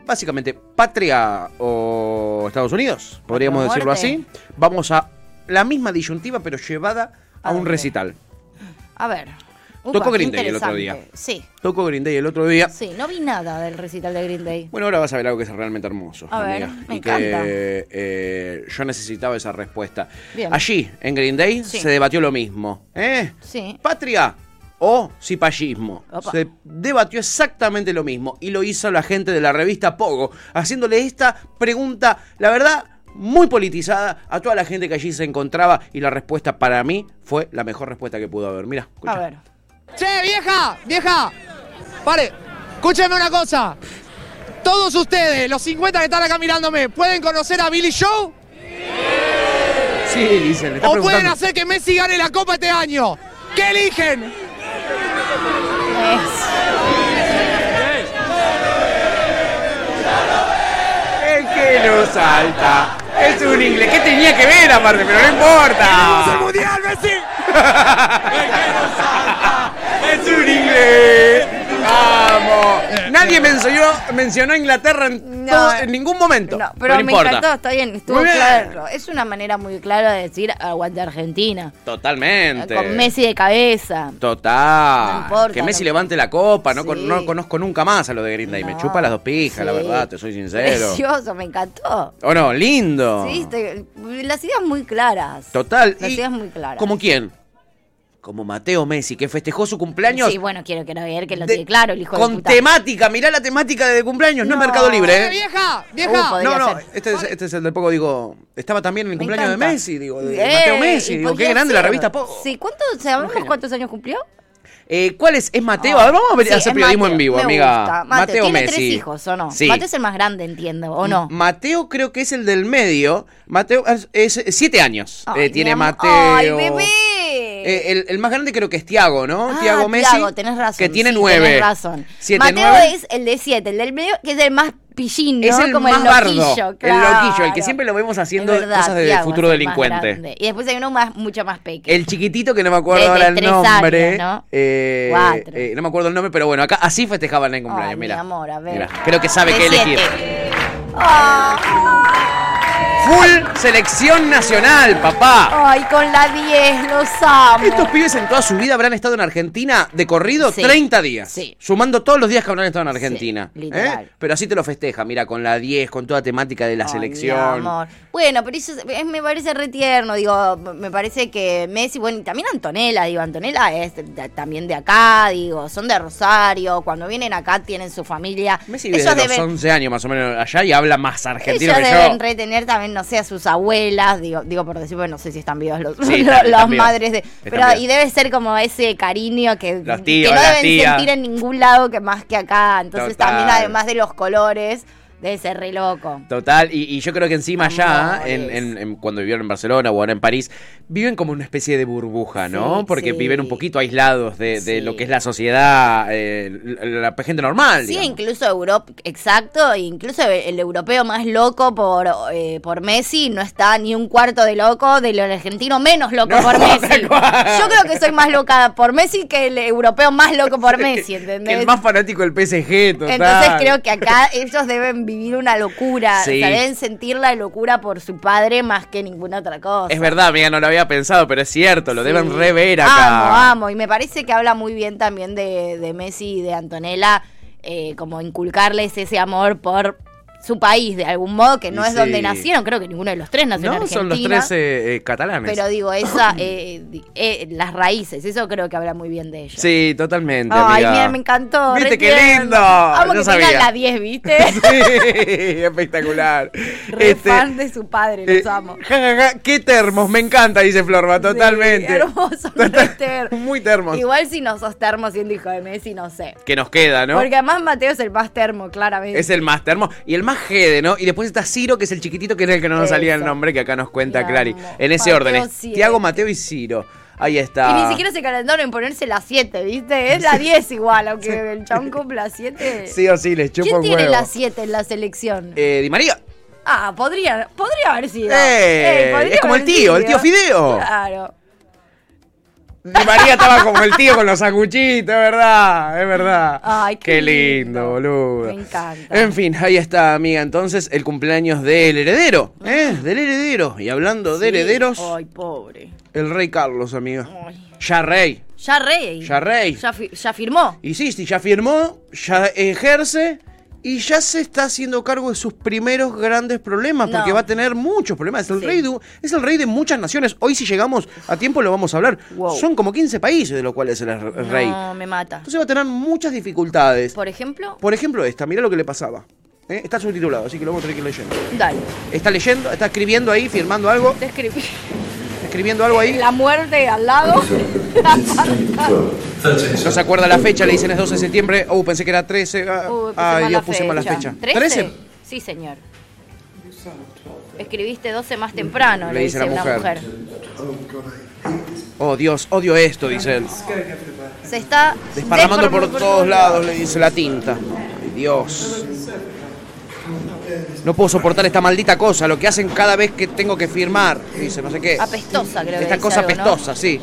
básicamente, patria o Estados Unidos, podríamos Patria decirlo muerte. así. Vamos a la misma disyuntiva, pero llevada Ah, a un recital. A ver. Tocó qué Green Day el otro día. interesante. Sí, Tocó Green Day el otro día. sí. No vi nada del recital de Green Day. Bueno, ahora vas a ver algo que es realmente hermoso. A ver, amiga, me y encanta. que eh, yo necesitaba esa respuesta. Bien. Allí, en Green Day, Sí. se debatió lo mismo. ¿Eh? Patria o cipallismo. Opa. Se debatió exactamente lo mismo. Y lo hizo la gente de la revista Pogo, haciéndole esta pregunta, la verdad, muy politizada a toda la gente que allí se encontraba. Y la respuesta para mí fue la mejor respuesta que pudo haber. Mira. A ver. Che, vieja, vieja. Pare, escúcheme una cosa. Todos ustedes, los 50 que están acá mirándome, ¿pueden conocer a Billy Show? Sí, dice, le está ¿O pueden preguntando. hacer que Messi gane la copa este año? ¿Qué eligen? El que no salta es un inglés. ¿Qué tenía que ver aparte? Pero no importa. ¡Es mundial, Messi! ¡Es un inglés! ¡Vamos! Nadie mencionó, mencionó a Inglaterra en, No, todo- en ningún momento. No, pero no me importa. encantó, está bien, estuvo Muy bien. claro. Es una manera muy clara de decir aguante Argentina. Totalmente. Con Messi de cabeza. Total. No importa, que Messi no- levante la copa. No, con- Sí. no conozco nunca más a lo de Grinda y me chupa las dos pijas, la Sí. verdad, te soy sincero. Precioso, me encantó. ¿O no? Lindo. Sí, te- las ideas muy claras. Ah. Total. Las y- ideas muy claras. ¿Como quién? Como Mateo Messi, que festejó su cumpleaños Sí, bueno, quiero que ver que lo tiene claro el hijo de con puta. temática. Mirá la temática de cumpleaños, no, es Mercado Libre. ¿eh? vieja! ¡Vieja! no, no, este es, este es el de poco, digo, estaba también en el cumpleaños de encanta. Messi, digo, de Eh, Mateo Messi, y digo, qué podría grande la ser. revista Poco. Sí, ¿cuántos, sabemos cuántos años cumplió? Eh, ¿Cuál es? ¿Es Mateo? A ver, vamos a ver- Ah, Sí, hacer es periodismo Mateo. en vivo, Me amiga. gusta. Mateo tiene Messi. tres hijos, ¿o no? Sí. Mateo es el más grande, entiendo, ¿o M- no? Mateo creo que es el del medio. Mateo es, es siete años. eh, tiene mi amor. Mateo. ¡Ay, bebé! Eh, el, el más grande creo que es Tiago, ¿no? Ah, Tiago Messi. Tiago, tenés razón. que tiene sí, nueve. tenés razón. Siete, Mateo nueve. es el de siete, el del medio, que es el más pillín, ¿no? Es el Como más el bardo. El loquillo, loquillo, el que claro. siempre lo vemos Es haciendo verdad, cosas de Tiago futuro es el más delincuente. grande. Y después hay uno más, mucho más pequeño. El chiquitito que no me acuerdo Desde ahora el tres nombre. años, ¿no? eh, Cuatro. eh, no me acuerdo el nombre, pero bueno, acá así festejaban el cumpleaños. Ay, mi mira. amor, a ver. Creo que sabe De Ah, qué elegir. Full selección nacional, papá. Ay, con la 10, los amo. Estos pibes en toda su vida habrán estado en Argentina de corrido Sí, 30 días. sí. Sumando todos los días que habrán estado en Argentina. literal. ¿eh? Pero así te lo festeja, mira, con la 10, con toda temática de la selección. amor. Bueno, pero eso es- es- me parece re tierno, digo, me parece que Messi, bueno, y también Antonella, digo, Antonella es de- también de acá, digo, son de Rosario, cuando vienen acá tienen su familia. Messi vive ellos desde deben, los 11 años más o menos allá y habla más argentino ellos que deben yo. retener también, no sé, a sus abuelas, digo, digo por decir, bueno, no sé si están vivos los, Sí, los- están- están las vivos. madres de... Están Pero, vivos. y debe ser como ese cariño que, Los tíos, que no las deben tías. sentir en ningún lado que más que acá. Entonces Total. también, además de los colores, debe ser re loco. Total, y, y yo creo que encima allá, en, en- en- cuando vivieron en Barcelona o ahora en París, viven como una especie de burbuja, ¿no? Sí, Porque sí. viven un poquito aislados de, de lo que es la sociedad, eh, la, la gente normal. Sí, digamos. incluso Europa, exacto, incluso el europeo más loco por, eh, por Messi no está ni un cuarto de loco del argentino menos loco por Messi. Yo creo que soy más loca por Messi que el europeo más loco por Messi, ¿entendés? El más fanático del PSG, total. Entonces creo que acá ellos deben vivir una locura, Sí. o sea, deben sentir la locura por su padre más que ninguna otra cosa. Es verdad, amiga, no lo había pensado, pero es cierto, lo deben Sí. rever acá. Amo, amo. Y me parece que habla muy bien también de, de Messi y de Antonella, eh, como inculcarles ese amor por su país, de algún modo, que no Y es sí. donde nacieron. Creo que ninguno de los tres nació No, en Argentina. son los tres eh, eh, catalanes. Pero digo, esa, eh, di- eh, las raíces, eso creo que habla muy bien de ellos. Sí, totalmente, Ay, amiga. mira, me encantó. ¿Viste re qué tierno. lindo? Amo Yo que tengan sabía. la 10, ¿viste? Sí, espectacular. Re Este, fan de su padre, los eh, amo. Ja, ja, ja, qué termos, me encanta, dice Florba, totalmente. Hermoso, re ter- Muy termos. Igual si nos sos termo siendo hijo de Messi, no sé. Que nos queda, ¿no? Porque además Mateo es el más termo, claramente. Es el más termo y el más jede, ¿no? Y después está Ciro, que es el chiquitito, que es el que no nos salía el nombre, que acá nos cuenta Clary. En ese Mateo orden, es siete. Tiago, Mateo y Ciro. Ahí está. Y ni siquiera se calentaron en ponerse la 7, ¿viste? Es la 10 igual, aunque el chabón cumpla 7. Sí o sí, les chupa ¿Quién un tiene huevo. la 7 en la selección? Eh, Di María. Ah, podría, podría haber sido. Eh, Eh, podría es como el haber tío, el sido. tío Fideo. Claro. Di María estaba como el tío con los sanguchitos, es verdad, es verdad. Ay, qué lindo, boludo. Me encanta. En fin, ahí está, amiga. Entonces, el cumpleaños del heredero, ¿eh? Del heredero. Y hablando de Ah. Sí. herederos, Ay, pobre. el rey Carlos, amiga. Ya rey, Ya rey. ya rey. Ya, fi- ya firmó. Y sí, sí, ya firmó, ya ejerce y ya se está haciendo cargo de sus primeros grandes problemas, porque No. va a tener muchos problemas. Es el, rey de, es el rey de muchas naciones. Hoy, si llegamos a tiempo, lo vamos a hablar. Wow. Son como 15 países de los cuales él es re- rey. No, me mata. Entonces va a tener muchas dificultades. Por ejemplo, Por ejemplo, esta, mirá lo que le pasaba. ¿eh? Está subtitulado, así que lo vamos a tener que ir leyendo. dale. Está leyendo, está escribiendo ahí, firmando algo, Te escribí. está escribiendo algo ahí. La muerte al lado. No se acuerda la fecha, le dicen es 12 de septiembre. Oh, pensé que era 13. Ah, Uy, ay, puse mal Dios, Uh, la puse mal la fecha. ¿13? 13. Sí, señor. Escribiste 12 más temprano, Le le, dice dice, la una mujer. mujer. Oh, Dios, odio esto, dice él. Se está Desparramando por desparramando todos lados, le dice la tinta. Ay, Dios. No puedo soportar esta maldita cosa, lo que hacen cada vez que tengo que firmar. Dice, no sé qué. Apestosa, creo que Esta dice cosa algo, ¿no? pestosa, sí.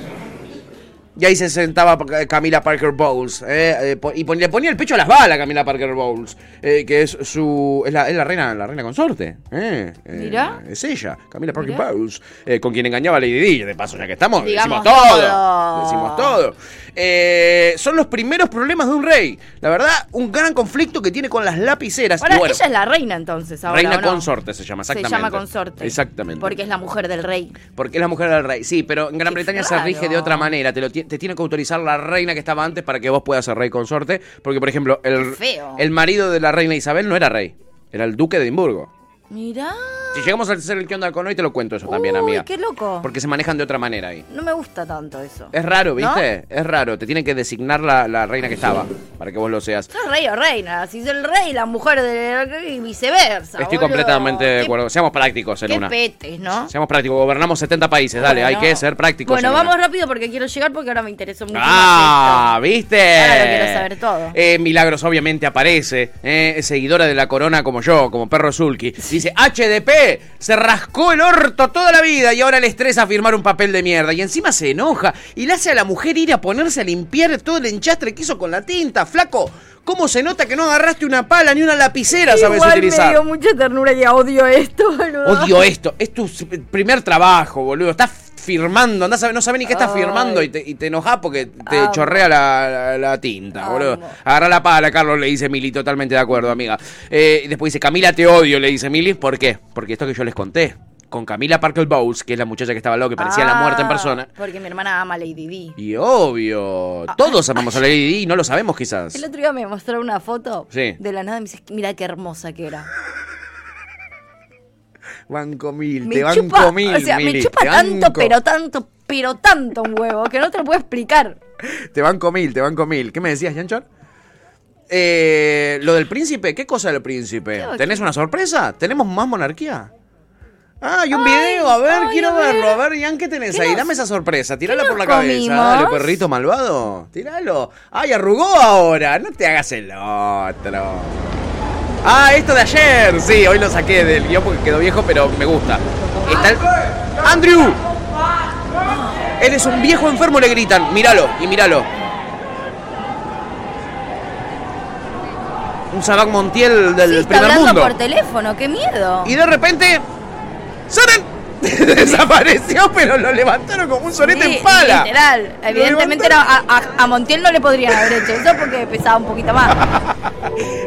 Y ahí se sentaba eh, Camila Parker Bowles. eh, eh, po- y pon- le ponía el pecho a las balas a Camila Parker Bowles. eh, que es su. Es la, es la reina, la reina consorte. eh, eh, Mirá. Es ella, Camila Parker Mirá. Bowles. eh, con quien engañaba a Lady Di. De paso, ya que estamos, le Digamos decimos todo. todo. Le decimos todo. Eh, son los primeros problemas de un rey. La verdad, un gran conflicto que tiene con las lapiceras. Ahora, Y bueno, ella es la reina entonces ahora. reina ¿o no? consorte se llama, Se llama exactamente. consorte. Exactamente. Porque es la mujer del rey. Porque es la mujer del rey. Sí, pero en Gran Bretaña se raro. rige de otra manera. Te, lo ti- te tiene que autorizar la reina que estaba antes para que vos puedas ser rey consorte. Porque, por ejemplo, el, Qué feo. el marido de la reina Isabel no era rey. Era el duque de Edimburgo. Mirá. Si llegamos a hacer el que onda con hoy, te lo cuento eso también, Uy, amiga. qué loco. Porque se manejan de otra manera ahí. No me gusta tanto eso. Es raro, ¿No? ¿viste? Es raro. Te tienen que designar la, la reina que estaba para que vos lo seas. Sos rey o reina. Si es el rey, la mujer del rey y viceversa. Estoy boludo. completamente de acuerdo. Seamos prácticos en Qué una. petes, ¿no? Seamos prácticos. Gobernamos 70 países. Dale, Bueno. hay que ser prácticos. Bueno, en una. vamos rápido porque quiero llegar porque ahora me interesó mucho. Ah, ¿viste? Ahora lo quiero saber todo. Eh, Milagros obviamente aparece, eh, es seguidora de la corona como yo, como perro Zulki. Dice, HDP, se rascó el orto toda la vida y ahora le estresa firmar un papel de mierda. Y encima se enoja y le hace a la mujer ir a ponerse a limpiar todo el enchastre que hizo con la tinta. Flaco, ¿cómo se nota que no agarraste una pala ni una lapicera sabes Igual utilizar? me dio mucha ternura y odio esto, boludo. Odio esto. Es tu s- primer trabajo, boludo. Estás firmando, andás a, no sabes ni qué estás Ay. firmando y te, y te enojás porque te Amo. chorrea la, la- la tinta, boludo. Agarrá la pala, Carlos, le dice Mili, totalmente de acuerdo, amiga. Eh, y después dice, Camila, te odio, le dice Mili. ¿Por qué? Porque esto que yo les conté, con Camila Parker Bowles, que es la muchacha que estaba al lado, que parecía la muerte en Ah, persona. Porque mi hermana ama a Lady Di. Y obvio, todos amamos a Lady Di y no lo sabemos quizás. El otro día me mostró una foto Sí. de la nada y me dice, mira qué hermosa que era. Banco mil, Me te banco chupa, mil, o sea, me Mili, chupa te tanto, banco. pero tanto, pero tanto un huevo, que no te lo puedo explicar. Te banco mil, te banco mil. ¿Qué me decías, Yanchor? Eh, lo del príncipe, ¿qué cosa del príncipe? Creo que- ¿Tenés una sorpresa? ¿Tenemos más monarquía? Ah, hay un video, a ver, quiero verlo. A ver, Ian, ¿qué tenés ahí? Dame esa sorpresa, tirala por la cabeza. comimos? Dale, perrito malvado. Tiralo. Ay, arrugó ahora, no te hagas el otro. Ah, esto de ayer. Sí, hoy lo saqué del guión porque quedó viejo, pero me gusta. Está el... ¡Andrew! Él es un viejo enfermo, le gritan. Míralo y míralo. Un Sabac Montiel del Está primer hablando mundo. por teléfono, qué miedo. Y de repente. ¡Sonen! Desapareció, pero lo levantaron como un sonete Sí, en pala. Literal. Lo Evidentemente era- a, a- a Montiel no le podría haber hecho eso porque pesaba un poquito más.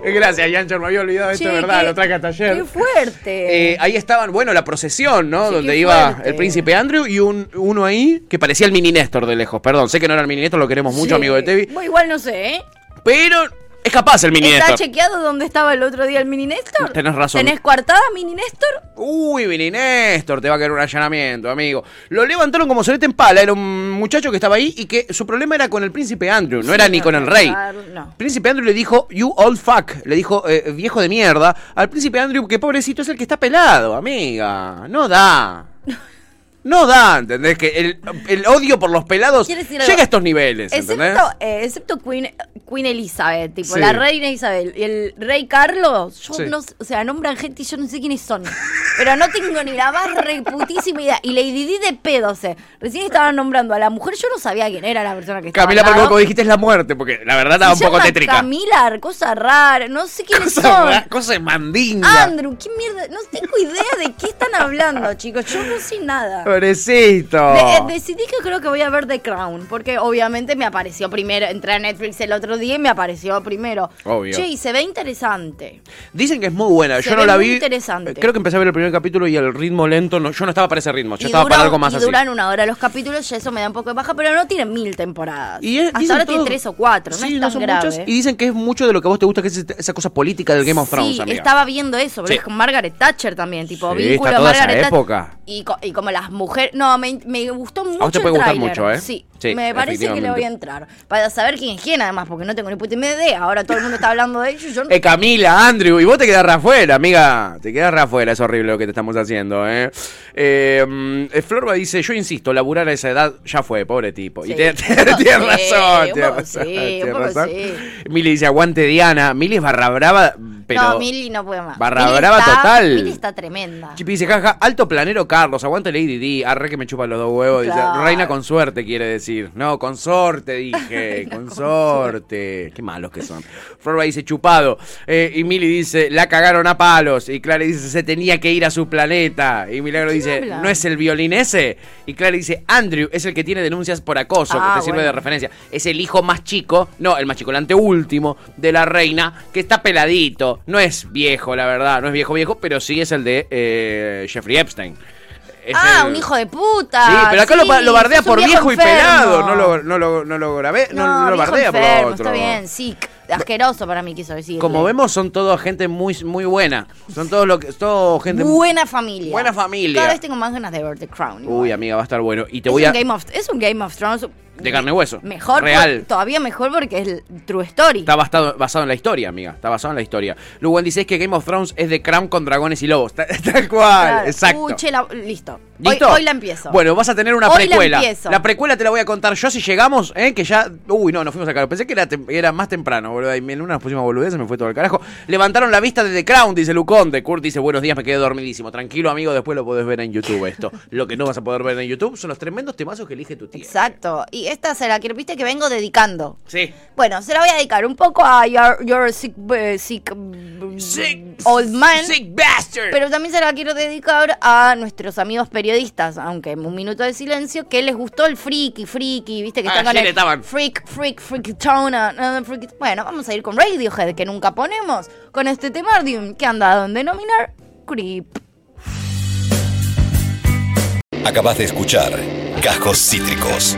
Gracias, Yancho, me había olvidado esto, Che, ¿verdad? qué- Lo traje hasta ayer. ¡Qué fuerte! Eh, ahí estaban, bueno, la procesión, ¿no? Donde qué iba fuerte. el príncipe Andrew y un, uno ahí que parecía el mini Néstor de lejos. Perdón, sé que no era el mini Néstor, lo queremos mucho, Sí. amigo de Tevi. Bueno, igual no sé, ¿eh? Pero es capaz el mini ¿Está Néstor. chequeado dónde estaba el otro día el mini Néstor? Tenés razón. ¿Tenés coartada, mini Néstor? Uy, Billy Néstor, te va a caer un allanamiento, amigo. Lo levantaron como solete en pala, era un muchacho que estaba ahí y que su problema era con el príncipe Andrew, no era ni con el rey. No. Príncipe Andrew le dijo, you old fuck, le dijo, eh, viejo de mierda, al príncipe Andrew, que pobrecito es el que está pelado, amiga. No da. No da, ¿entendés? Que el, el odio por los pelados ¿Quieres decir llega algo? a estos niveles, ¿entendés? Excepto, eh, excepto Queen, Queen Elizabeth, tipo Sí. la reina Isabel y el rey Carlos, yo Sí. no, s- o sea, nombran gente y yo no sé quiénes son, pero no tengo ni la más reputísima idea. Y Lady Di de pedo, o sea, recién estaban nombrando a la mujer, yo no sabía quién era la persona que estaba. Camila, al por lado. como dijiste, es la muerte, porque la verdad estaba Se un poco llama tétrica. Camila, cosa rara, no sé quiénes Cosa, son. cosa de mandinga. Andrew, ¿qué mierda? No tengo idea de qué están hablando, chicos. Yo no sé nada. Pobrecito. De- eh, decidí que creo que voy a ver The Crown, porque obviamente me apareció primero, entré a Netflix el otro día y me apareció primero. Obvio. Che, y se ve interesante. Dicen que es muy buena. Se yo no ve la muy vi. interesante. eh, Creo que empecé a ver el primer capítulo y el ritmo lento. No, yo no estaba para ese ritmo. Yo estaba duran- para algo más y así. duran una hora los capítulos y eso me da un poco de baja, pero no tienen mil temporadas. Y es- Hasta dicen ahora tiene todos- tres o cuatro, no Sí, es no tan son grave. muchos. Y dicen que es mucho de lo que a vos te gusta, que es esta- esa cosa política del Game of Thrones, sí, amiga. estaba viendo eso, pero Sí. es con Margaret Thatcher también, tipo Sí, vínculo está a toda esa Margaret Thatcher. época. Y, co- y como las mujeres. No, me, me gustó mucho. te el puede gustar tráiler. mucho, ¿eh? Sí. Sí, me parece que le voy efectivamente. a entrar. Para saber quién es quién, además, porque no tengo ni puta idea. Ahora todo el mundo está hablando de ello. y Yo no- Eh, Camila, Andrew, y vos te quedás re afuera, amiga. Te quedás re afuera, es horrible lo que te estamos haciendo, ¿eh? Eh, mm, eh, Florba dice, yo insisto, laburar a esa edad ya fue, pobre tipo. Y Sí. te- Un tienes poco sí, razón, un tienes poco razón, sí, tienes un poco razón. sí. Mili dice, aguante Diana. Mili es barra brava, pero... no, Milly no puede más. Barra Milly brava está- total. Milly está tremenda. Chipi dice, jaja, alto planero Carlos, aguante Lady D, arre que me chupa los dos huevos, dice, Claro. reina con suerte quiere decir. No, consorte, dije. consorte. Qué malos que son. Florba dice chupado. Eh, y Mili dice, la cagaron a palos. Y Clara dice, se tenía que ir a su planeta. Y Milagro dice, habla? ¿no es el violín ese? Y Clara dice, Andrew es el que tiene denuncias por acoso, Ah, que te sirve bueno. de referencia. Es el hijo más chico, no, el más chico, el anteúltimo de la reina, que está peladito. No es viejo, la verdad. No es viejo, viejo, pero sí es el de eh, Jeffrey Epstein. Es Ah, el- un hijo de puta. Sí, pero acá lo, sí, lo bardea sos un por viejo, y enfermo. pelado. No lo, no lo, no lo grabé, no, no lo viejo bardea enfermo, por otro. Está bien, sí. Asqueroso para mí quiso decir. Como vemos, son todos gente muy, muy buena. Son todos lo que, todo gente. Buena familia. Buena familia. Cada vez tengo más ganas de ver The Crown. Uy, amiga, va a estar bueno. Y te es, voy un a. Game of, es un Game of Thrones De carne y hueso. mejor. Real. por- todavía mejor porque es el True Story. Está basado, basado en la historia, amiga. Está basado en la historia. Luwan dice es que Game of Thrones es de Crown con dragones y lobos. Ta- Tal cual. Claro. Exacto. Uy, che, la- listo. ¿Listo? Hoy, hoy la empiezo. Bueno, vas a tener una Hoy precuela. La empiezo. precuela te la voy a contar yo si llegamos, ¿eh? que ya. Uy, no, nos fuimos al carajo. Pensé que era, tem- era más temprano, boludo. Y en una nos pusimos boludeces, me fue todo el carajo. Levantaron la vista desde Crown, dice Luconde. Kurt dice, buenos días, me quedé dormidísimo. Tranquilo, amigo, después lo podés ver en YouTube esto. lo que no vas a poder ver en YouTube son los tremendos temazos que elige tu tía. Exacto. Y esta se la quiero, viste que vengo dedicando. Sí. Bueno, se la voy a dedicar un poco a Your, your sick, eh, sick, mm, Old Man. Sick bastard. Pero también se la quiero dedicar a nuestros amigos periodistas, aunque en un minuto de silencio, que les gustó el friki, friki, viste que están Ayer con el estaban. freak, freak, freak tona. eh, freak- Bueno, vamos a ir con Radiohead, que nunca ponemos, con este temardium que han dado en denominar Creep. Acabas de escuchar Cajos Cítricos.